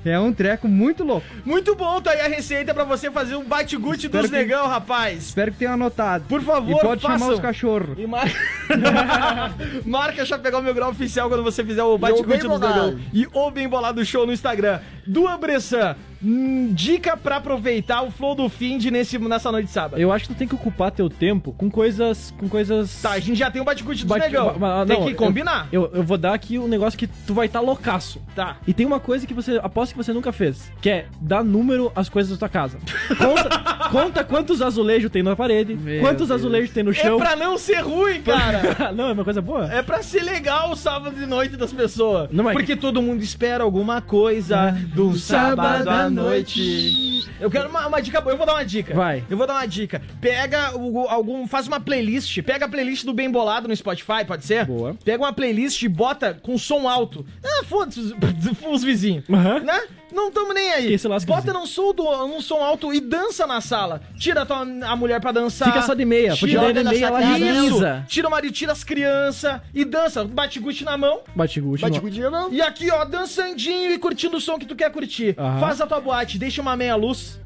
É um treco muito louco.
Muito bom, tá aí a receita pra você fazer um bate-gute
Espero
dos
que-
negão, rapaz.
Espero que tenham anotado.
Por favor,
E pode
façam.
chamar os cachorros.
E mar... Marca já pegar o meu grau oficial quando você fizer o
E o Bem
bate-gute dos
Bolado.
negão. E o Bem Bolado Show no Instagram. Dua Bressan, hum, dica pra aproveitar o flow do Find nesse, nessa noite de sábado.
Eu acho que tu tem que ocupar teu tempo com coisas. com coisas.
Tá, a gente já tem o bate-gute dos
Bate-
negão.
ba- ba-
tem
não,
que
eu-
combinar.
Eu, eu vou dar aqui um negócio que tu vai estar loucaço.
Tá.
E tem uma coisa que você. Aposto que você nunca fez, que é dar número às coisas da tua casa. Conta, conta quantos azulejos tem na parede,
Meu
quantos
Deus.
azulejos tem no
É
chão.
pra não ser ruim, cara.
não, é uma coisa boa.
É pra ser legal o sábado de noite das pessoas.
Não, mas-
Porque todo mundo espera alguma coisa do sábado à noite. Eu quero uma, uma dica boa. Eu vou dar uma dica.
Vai.
Eu vou dar uma dica. Pega o- algum. Faz uma playlist. Pega a playlist do Bem Bolado no Spotify, pode ser?
Boa.
Pega uma playlist e bota com som alto. Ah, foda-se os, os vizinhos.
Aham. é
Né? Não estamos nem aí.
Que se lasque,
Bota
vizinho.
num som, do, num som alto e dança na sala. Tira a, tua- a mulher pra dançar.
Fica só de meia, porque
Tira-
daí de
na
meia ela
sacada.
isso!
lisa.
Tira o marido, tira as crianças e dança. Bate-guti na mão.
Bate guti,
Bate com dinheiro, não.
E aqui, ó, dançandinho e curtindo o som que tu quer curtir.
Aham.
Faz a tua boate, deixa uma meia luz.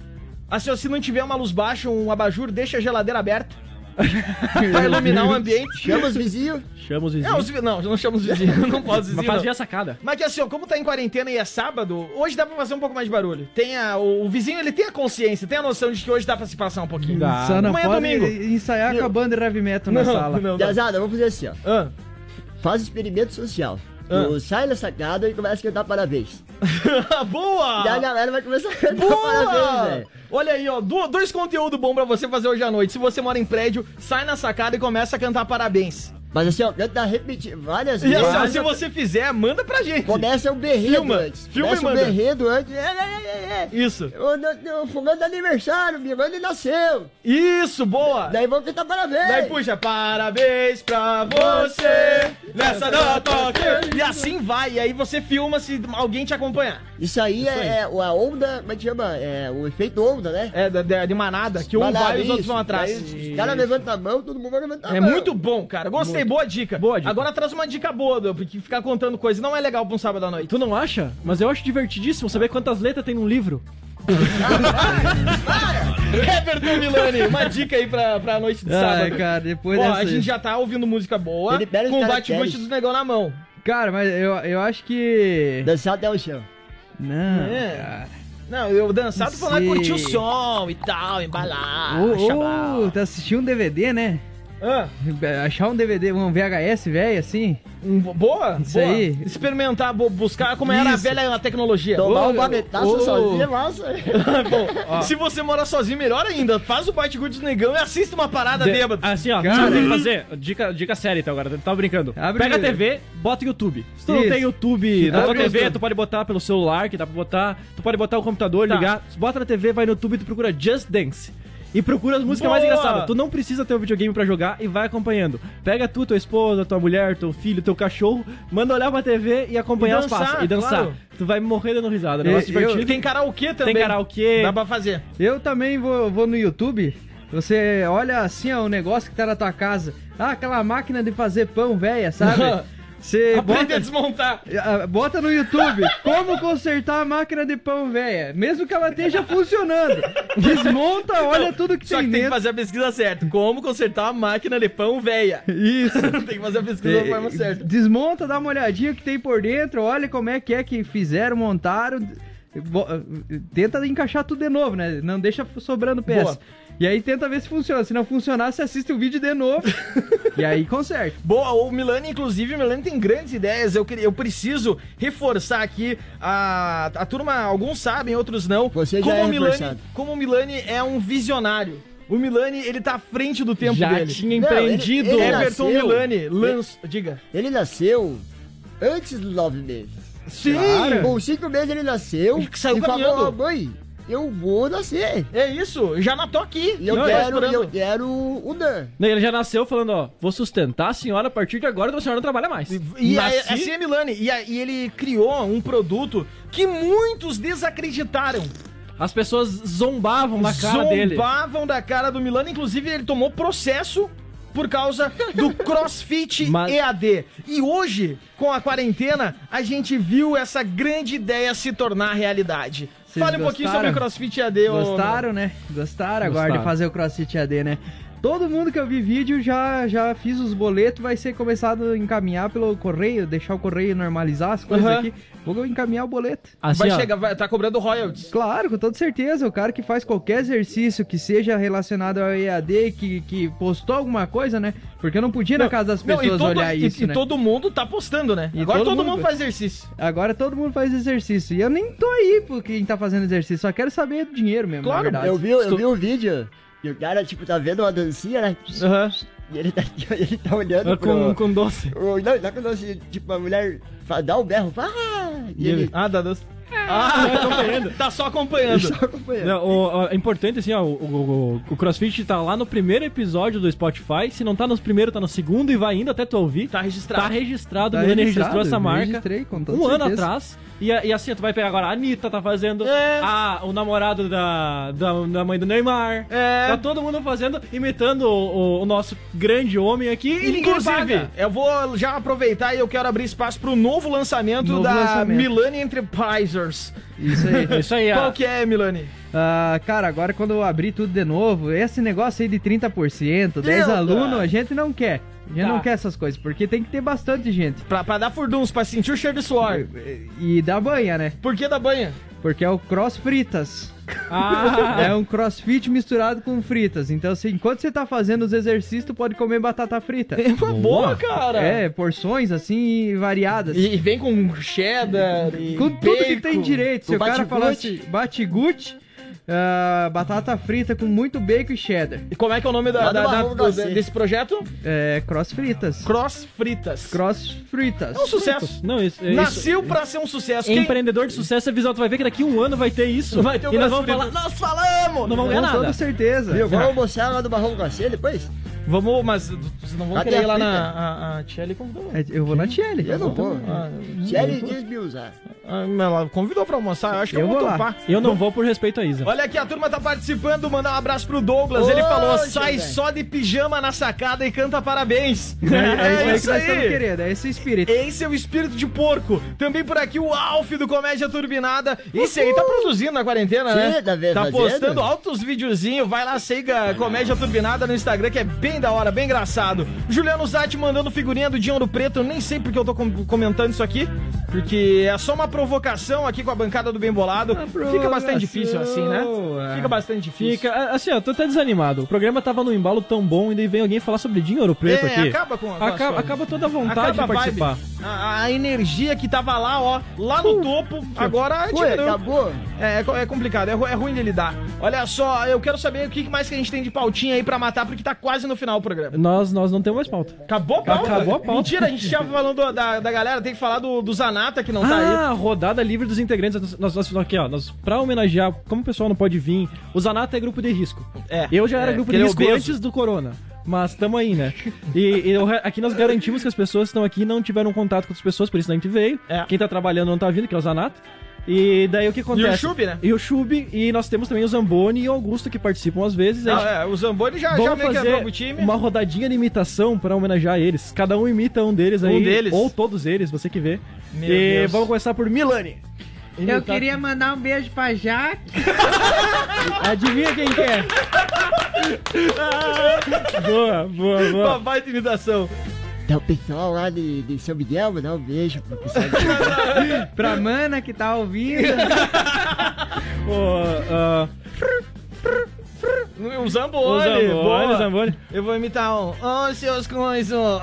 Assim, ó, se não tiver uma luz baixa, um abajur, deixa a geladeira aberta. pra iluminar o ambiente.
Chama os vizinhos.
Então
Chama os
Não,
vizinhos.
É os vi- não, não chama os vizinhos, não posso
Mas
dizer.
faz a sacada.
Mas que assim, ó, como tá em quarentena e é sábado, hoje dá pra fazer um pouco mais de barulho. Tem a- o, o vizinho, ele tem a consciência, tem a noção de que hoje dá pra se passar um pouquinho.
Dá.
Só não
Amanhã é
pode
domingo.
ensaiar com a banda de heavy metal na sala.
não, não.
Piazada, vamos fazer assim, ó.
Ah.
Faz experimento social.
Ah.
Tu sai da sacada e começa a cantar parabéns.
Boa!
E a galera vai começar a cantar parabéns,
Ah. Boa!
velho.
Olha aí, ó, du- dois conteúdos bons pra você fazer hoje à noite. Se você mora em prédio, sai na sacada e começa a cantar parabéns.
Mas assim, ó, canta repetir várias
E assim, ó,
vezes.
se você fizer, manda pra gente.
Começa o berredo
Filma.
antes.
Filma
Começa
e
o
manda.
berredo antes. É, é, é, é.
Isso.
O, no- o fulano do aniversário, meu ele nasceu.
Isso, boa!
Daí vamos cantar parabéns.
Daí puxa, parabéns pra você nessa data. que-" E assim vai, e aí você filma se alguém te acompanhar.
Isso aí é, é a onda, como é que chama? É o efeito onda, né?
É, da- da- de, manada, que um
Vai lá,
vai e os
isso.
outros vão atrás.
Daí Os caras levantam a mão, todo mundo vai levantar a
É
mão.
muito bom, cara. Gostei, boa dica.
Boa dica.
Agora traz uma dica boa, Dan, porque ficar contando coisa não é legal pra um sábado à noite.
Tu não acha? Mas eu acho divertidíssimo saber quantas letras tem num Um livro.
Everton Então, Milani, uma dica aí pra, pra noite de
Ah,
sábado.
cara, depois
Ó,
dessa...
a gente já tá ouvindo música boa
Ele perde os
com o
caracteres.
bate-boot dos negão na mão.
Cara, mas eu, eu acho que...
Dançar até o chão.
Não,
É.
cara.
Não, eu dançado tô falando
Sim.
curtir o som e tal, embalar,
Ô,
chamar.
ô, tá assistindo um DVD, né?
Ah,
Achar um DVD, um VHS velho assim...
um- boa?
Isso
boa.
aí.
Experimentar, bo- buscar como era a
Isso.
velha tecnologia.
Tomar
Ô,
um babetaço
ô.
sozinho é massa.
Bom, se você morar sozinho, melhor ainda. Faz o bate-boot dos negão e assista uma parada bêbada.
Ah.
Assim, ó,
Cara.
sabe o que tem que fazer? Dica, dica séria então agora, tava brincando.
Abre-
Pega a TV, bota o YouTube. Se tu não
Isso.
tem YouTube na tua
Abre o
TV,
YouTube.
tu pode botar pelo celular, que dá pra botar. Tu pode botar o computador,
Tá.
ligar. Bota na TV, vai no YouTube e tu procura Just Dance. E procura as músicas mais
Boa!
engraçadas. Tu não precisa ter um videogame pra jogar e vai acompanhando. Pega tu, tua esposa, tua mulher, teu filho, teu cachorro, manda olhar pra TV e acompanhar
E
as
dançar,
passas. E dançar.
claro.
Tu vai morrer dando risada. É um negócio
Eu- eu-
E
divertido.
tem karaokê também.
Tem karaokê.
Dá pra fazer.
Eu também vou, vou no YouTube. Você olha assim, ó, o negócio que tá na tua casa. Ah, aquela máquina de fazer pão velha, sabe? Você
Aprende a
bota,
desmontar.
ah, bota no YouTube como consertar a máquina de pão velha, mesmo que ela esteja funcionando. Desmonta, olha tudo que
Só
tem
que tem que
dentro.
fazer a pesquisa certa. Como consertar a máquina de pão velha?
Isso.
tem que fazer a pesquisa
É,
da forma
Eh,
certa.
Desmonta, dá uma olhadinha o que tem por dentro, olha como é que é que fizeram, montaram. Bo- eh, Tenta encaixar tudo de novo, né? Não deixa sobrando peça.
Boa.
E aí tenta ver se funciona. Se não funcionar, você assiste o vídeo de novo. e aí conserta.
Boa, o Milani, inclusive, o Milani tem grandes ideias. Eu, queria- eu preciso reforçar aqui. A, a turma, alguns sabem, outros não.
Você já
como,
é
o Milani,
reforçado.
como o Milani é um visionário. O Milani, ele tá à frente do tempo
Já
dele.
tinha
Não, ele-
empreendido.
ele
Everton
nasceu-
Milani, lança. Diga.
Ele nasceu antes dos nove meses.
Sim!
Com cinco meses ele nasceu
Ele que saiu
e falou,
caminhando.
"Ó, mãe, eu vou nascer.
É isso, já matou aqui.
E eu,
Não,
quero,
é.
eu quero o Dan.
Não, Ele já nasceu falando, ó, vou sustentar a senhora a partir de agora, então a senhora não trabalha mais.
E a,
Nasci-
assim é Milani. E, a- e ele criou um produto que muitos desacreditaram.
As pessoas zombavam na cara dele.
Zombavam da cara do Milani. Inclusive, ele tomou processo por causa do CrossFit
Mas-
EAD. E hoje, com a quarentena, a gente viu essa grande ideia se tornar realidade.
Vocês
Fale um pouquinho
gostaram?
sobre o CrossFit EAD. ô-
Gostaram, né? Gostaram agora
Gostaram.
de fazer o CrossFit AD, né? Todo mundo que eu vi vídeo já, já fiz os boletos, vai ser começado a encaminhar pelo correio, deixar o correio normalizar as coisas
Aham.
aqui. Vou encaminhar o boleto.
Assim,
vai
ó,
chegar, vai, tá cobrando royalties.
Claro, com toda certeza. O cara que faz qualquer exercício que seja relacionado ao EAD, que, que postou alguma coisa, né? Porque eu não podia ir na casa das
Não,
pessoas
todo-
olhar
e-
isso,
e
né?
todo mundo tá postando, né?
E
Agora
todo
todo,
mundo
mundo faz exercício.
Agora todo mundo faz exercício. E eu nem tô aí por quem tá fazendo exercício. Só quero saber do dinheiro mesmo,
Claro,
na verdade.
Eu vi, eu vi um vídeo e o cara, tipo, tá vendo uma dancinha, né?
aham,
E ele tá, ele tá olhando
com,
pro...
com doce.
o- Não, tá com dancinha, tipo, a mulher fa- dá um berro, pá, e ele...
Ah, dá doce. Ah, tá acompanhando. Tá só acompanhando.
Só acompanhando.
Não, o- o- é importante, assim, ó, o, o- o- o CrossFit tá lá no primeiro episódio do Spotify. Se não tá no primeiro, tá no segundo e vai indo até tu ouvir.
Tá
Tá
registrado.
registrado,
Tá
o Milani
registrado,
registrou essa
eu
marca
registrei, com
um
toda
ano
certeza.
atrás. E, a- e assim, tu vai pegar agora a Anitta tá fazendo,
É.
a- o namorado da, da, da mãe do Neymar.
É.
Tá todo mundo fazendo, imitando o, o- o nosso grande homem aqui. E ninguém
Inclusive,
paga.
eu vou já aproveitar e eu quero abrir espaço pro novo lançamento
Novo
da
lançamento.
Milani Enterprises.
Isso aí.
Isso aí,
Qual
ó.
que é, Milani?
Ah, cara, agora quando eu abrir tudo de novo, esse negócio aí de 30%, 10
Meu
alunos,
Deus.
a gente não quer. A gente
Tá.
não quer essas coisas, porque tem que ter bastante gente.
Pra, pra dar furduns, pra sentir o cheiro de suor.
E dá banha, né?
Por que da banha?
Porque é o cross fritas.
Ah,
É um crossfit misturado com fritas. Então, assim, enquanto você tá fazendo os exercícios, tu pode comer batata frita.
É uma boa, cara.
É, porções assim variadas.
E, e vem com cheddar e
com tudo que
bacon.
tem direito. Se
O
o cara assim-
bate-guti.
falasse batigute, ah, batata frita com muito bacon e cheddar.
E como é que é o nome da,
Lá do
da- da-
Barão
do-
Garcia.
desse projeto?
É, cross fritas.
Cross Fritas.
Cross fritas.
É um sucesso.
não, isso, É isso-
Nasceu pra ser um sucesso. Quem-
Empreendedor de sucesso é visual. Tu vai ver que daqui um ano vai ter isso.
Vai ter o
e nós
Cross
vamos falar.
Fritas. Nós falamos! é
Não vamos ganhar
Com toda
nada.
certeza.
Viu,
"Ah".
vamos "Ah, almoçar lá do Barrão Garcia depois?
Vamos, mas vocês não vão
Cadê
querer ir
a
lá
fita?
na. A, a tia ali convidou.
É, Eu vou na Tiele.
Eu não vou.
Ah,
Se ele diz me usar.
ah, mas Ela convidou pra almoçar, eu acho que eu,
Eu
vou
vou lá.
topar.
Eu não vou por respeito a Isa.
Olha aqui, a turma tá participando. Mandar um abraço pro Douglas. Ele
Ô,
falou: sai
gente.
só de pijama na sacada e canta parabéns.
É, é,
É
isso aí que nós estamos querendo, é esse espírito.
Esse é o espírito de porco. Também por aqui o Alf do Comédia Turbinada. Esse aí tá produzindo na quarentena,
é
Sim,
né?
tá vendo,
Tá
fazendo.
postando altos videozinhos. Vai lá, siga Comédia Turbinada no Instagram, que é bem da hora, bem engraçado. Juliano Zatti mandando figurinha do Dinho do Preto. Eu nem sei porque eu tô com- comentando isso aqui. Porque é só uma provocação aqui com a bancada do Bem Bolado. Fica bastante difícil assim, né?
é.
Fica bastante difícil.
Fica, a- assim, ó, tô até desanimado. O programa tava no embalo tão bom e daí vem alguém falar sobre Dinho Ouro Preto
É,
aqui.
acaba com- com as
acaba,
coisas.
acaba toda a vontade
Acaba a
de
vibe.
participar. Uh,
A, a energia que tava lá, ó, lá no topo, agora
Ué,
tirou.
acabou?
É, é co- é complicado, é, ru- é ruim de lidar. Olha só, eu quero saber o que mais que a gente tem de pautinha aí pra matar, porque tá quase no final o programa.
Nós, nós não temos mais pauta.
Acabou a pauta?
Acabou a pauta.
Mentira, a gente tava falando do- da, da galera, tem que falar do, do Zanata que não tá aí.
Ah, rodada livre dos integrantes. Nós, nós, nós- aqui, ó, nós, pra homenagear, como o pessoal não pode vir, o Zanata é grupo de risco.
É,
Eu já
é,
era grupo
porque
de
ele é
risco
obeso.
antes do corona. Mas tamo aí, né? E, e o re- aqui nós garantimos que as pessoas que estão aqui não tiveram contato com as pessoas, por isso não gente veio.
É.
Quem tá trabalhando não tá vindo, que é o Zanata. E daí o que acontece?
Chub, né?
E o Chub, e nós temos também o Zamboni e o Augusto que participam às vezes. A gente-
Ah, é, o Zamboni já, já
Vamos
meio que entrou
fazer
pro time.
uma rodadinha de imitação pra homenagear eles. Cada um imita um deles aí.
deles.
Ou todos eles, você que vê.
Meu
e
Deus.
vamos começar por Milani. tá-
Eu queria mandar um beijo pra Jaque.
Adivinha quem que é? boa, boa,
Uma
boa.
baita imitação.
Tá o pessoal lá de, de São Miguel, vou dar um beijo pro pessoal.
Pra Mana que tá ouvindo.
Ô, ah,
O Zamboni.
O Zamboni,
boa.
Zamboni.
Eu vou imitar um. Ô, seus cães, ó.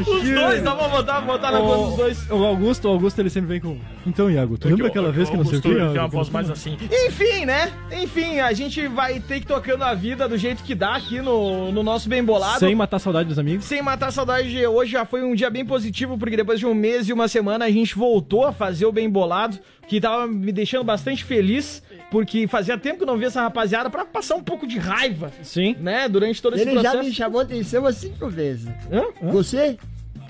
Os dois, dá pra botar, botar na conta dos dois.
O Augusto, o Augusto, ele sempre vem com. Então, Iago, tu lembra aquela vez que não sei o que?
Augusto tem uma voz mais assim.
Enfim, né? Enfim, a gente vai ter que tocando a vida do jeito que dá aqui no, no nosso Bem Bolado.
Sem matar a saudade dos amigos.
Sem matar a saudade, de hoje já foi um dia bem positivo, porque depois de um mês e uma semana a gente voltou a fazer o Bem Bolado, que tava me deixando bastante feliz, porque fazia tempo que eu não via essa rapaziada, pra passar um pouco de raiva.
Sim.
Né? Durante todo esse
Ele já
processo.
me chamou a atenção umas cinco vezes.
Hã? É,
Você?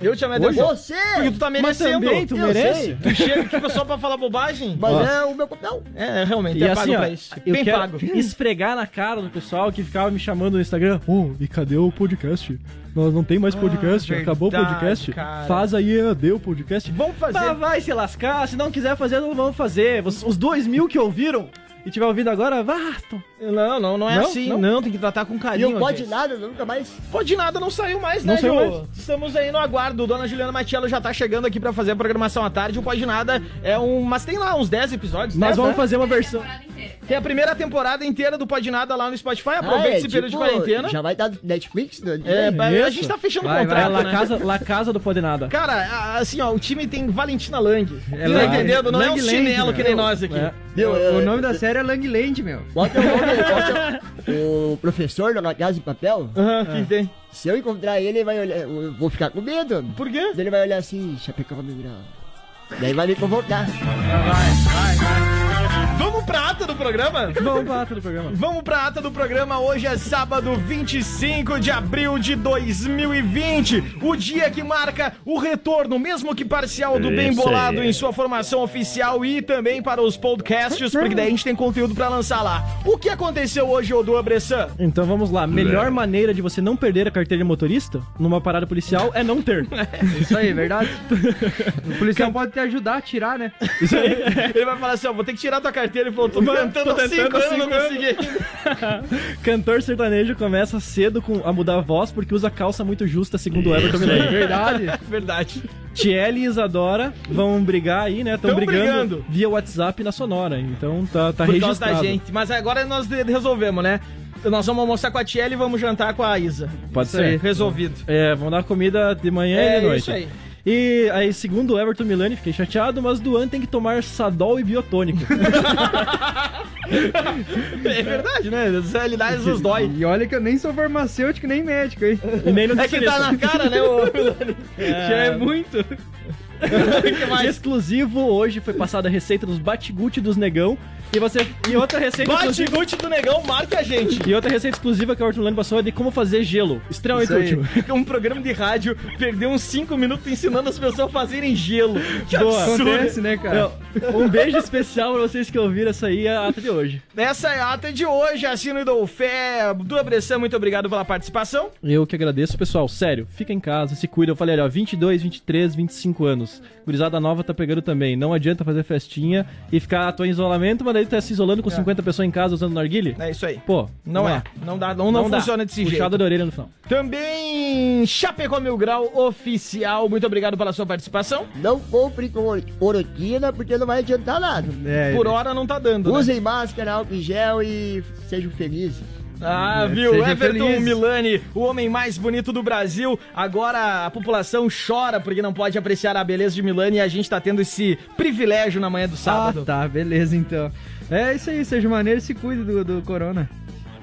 Eu te amei
Você?
Porque tu tá merecendo.
também tu
Eu
merece.
sei. Tu chega aqui só pra falar bobagem.
Mas
Ó.
é o meu... Não.
É, realmente,
E
é
assim,
pago
ó,
pra isso.
eu
Bem
quero
pago.
esfregar na cara do pessoal que ficava me chamando no Instagram. Ô, e cadê o podcast? Nós não tem mais podcast, acabou o
Ah, verdade,
podcast.
cara.
Faz aí, deu o podcast.
Vamos fazer.
Mas vai se lascar, se não quiser fazer, não vamos fazer. Os, os dois mil que ouviram e tiver ouvido agora, vá. tô-
Não, não, não é
Não?
assim. Não.
Não?
tem que tratar com
E
carinho.
não pode
gente.
nada, nunca mais.
Pode nada, não saiu mais, né,
Não saiu
Jô?
mais.
Estamos aí no aguardo. Dona Juliana Matiello já tá chegando aqui pra fazer a programação à tarde. O Pode Nada é um... Mas tem lá uns 10 episódios.
Nós
10,
vamos
né?
fazer uma versão.
Tem a primeira temporada inteira do Pode Nada lá no Spotify. Aproveita
Ah, é,
esse período
tipo,
de quarentena.
Já vai dar Netflix? né?
É, pra- a
Isso.
gente tá fechando o
Vai,
É,
contrato,
La
né?
Casa, La Casa do Poder Nada.
Cara, a- assim, ó, o time tem Valentina Lang.
É
tá
Lang-
entendendo? Não é um
Lang Land,
chinelo
meu.
que nem nós aqui.
É.
Meu,
O
eu-
nome da série é Langland, meu.
Bota o nome, bota o professor da Casa de Papel. Ah.
Aham, que tem.
Se eu encontrar ele, ele vai olhar. Eu vou ficar com medo.
Por quê?
Ele vai olhar assim, Chapecó vai me virar. Daí vai me convocar.
Vamos pra ata do programa?
Vamos pra ata do programa.
Vamos pra ata do programa. Hoje é sábado 25 de abril de 2020. O dia que marca o retorno, mesmo que parcial, do Bem
Isso
Bolado
aí.
em sua formação oficial e também para os podcasts, porque daí a gente tem conteúdo pra lançar lá. O que aconteceu hoje, Odu Abressan?
Então vamos lá. Melhor maneira de você não perder a carteira de motorista numa parada policial é não ter.
Isso aí, verdade? o policial pode te ajudar a tirar, né?
Isso aí.
Ele vai falar assim, ó, vou ter que tirar tua carteira. Ele falou, tô tentando,
tô
há
tentando
cinco
há
anos, não
cinco
consegui.
Cantor sertanejo começa cedo com a mudar a voz porque usa calça muito justa, segundo o
É
Everton Miller.
É Verdade.
Verdade.
Tiele e Isadora vão brigar aí, né? Estão
Tão
brigando,
brigando.
via WhatsApp na Sonora. Então tá, tá
Por causa
registrado.
da gente. Mas agora nós de- resolvemos, né? Nós vamos almoçar com a Tiele e vamos jantar com a Isa.
Pode ser.
Resolvido.
É, vão dar comida de manhã
É,
e de noite.
isso aí.
E aí, segundo o Everton Milani, fiquei chateado, mas Duan tem que tomar Sadol e biotônico.
É verdade, né? As realidades nos dói.
E olha que eu nem sou farmacêutico, nem médico, hein?
e nem
É que tá na cara, né? ô?
Já é muito. Exclusivo, hoje foi passada a receita dos batigute dos negão. E você. E outra receita
Bate
exclusiva.
glute do negão, marca a gente.
E outra receita exclusiva que a Hortulano passou é de como fazer gelo. Extremamente
Isso aí.
útil.
Um programa de rádio perdeu uns 5 minutos ensinando as pessoas a fazerem gelo. Que
Boa.
Acontece, né, cara?
Não, um beijo especial pra vocês que ouviram essa aí a ata de hoje.
Essa é a ata de hoje, assino e dou fé. Dua Bressan, muito obrigado pela participação.
Eu que agradeço, pessoal. Sério, fica em casa, se cuida. Eu falei, olha, ó, 22, 23, 25 anos. Gurizada nova tá pegando também. Não adianta fazer festinha e ficar "Ah, tô em isolamento, mas daí tá se isolando com 50 pessoas em casa usando narguile.
É isso aí.
Pô,
Não
vamos
é.
lá.
Não dá, não, não,
dá.
funciona desse jeito.
Puxada da orelha no final.
Também Chapecó Mil Grau Oficial, muito obrigado pela sua participação.
Não compre com or- oroquina porque não vai adiantar nada.
Né?
É,
Por hora não tá dando. né?
Usem máscara, álcool em gel e sejam felizes.
Ah, viu?
seja
Everton
feliz.
Milani, o homem mais bonito do Brasil. Agora a população chora porque não pode apreciar a beleza de Milani e a gente tá tendo esse privilégio na manhã do sábado.
Ah, tá, beleza então. É isso aí, seja maneiro e se cuide do, do corona.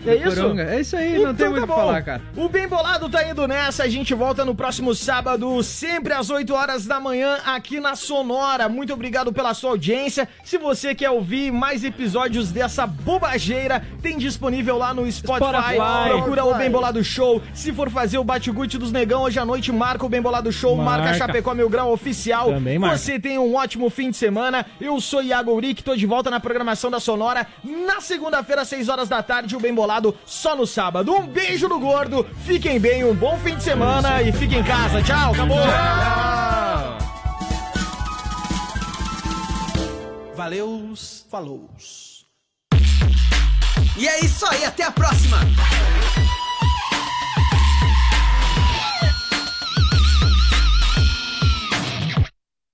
É
Do
isso?
coronga. É isso aí, não tem
Então
muito
tá
o que
bom.
falar, cara.
O Bem Bolado tá indo nessa. A gente volta no próximo sábado, sempre às 8 horas da manhã, aqui na Sonora. Muito obrigado pela sua audiência. Se você quer ouvir mais episódios dessa bobageira, tem disponível lá no Spotify.
Spotify.
Procura o Bem Bolado Show. Se for fazer o bate-gute dos negão hoje à noite, marca o Bem Bolado Show, marca,
Marca.
Chapecó Mil Grau Oficial.
Também marca.
Você tem um ótimo fim de semana. Eu sou Iago Uric, tô de volta na programação da Sonora na segunda-feira, às 6 horas da tarde, o Bem Bolado só no sábado. Um beijo no gordo, fiquem bem, um bom fim de semana e fiquem em casa. Tchau, acabou!
Valeus, falou.
E é isso aí, até a próxima!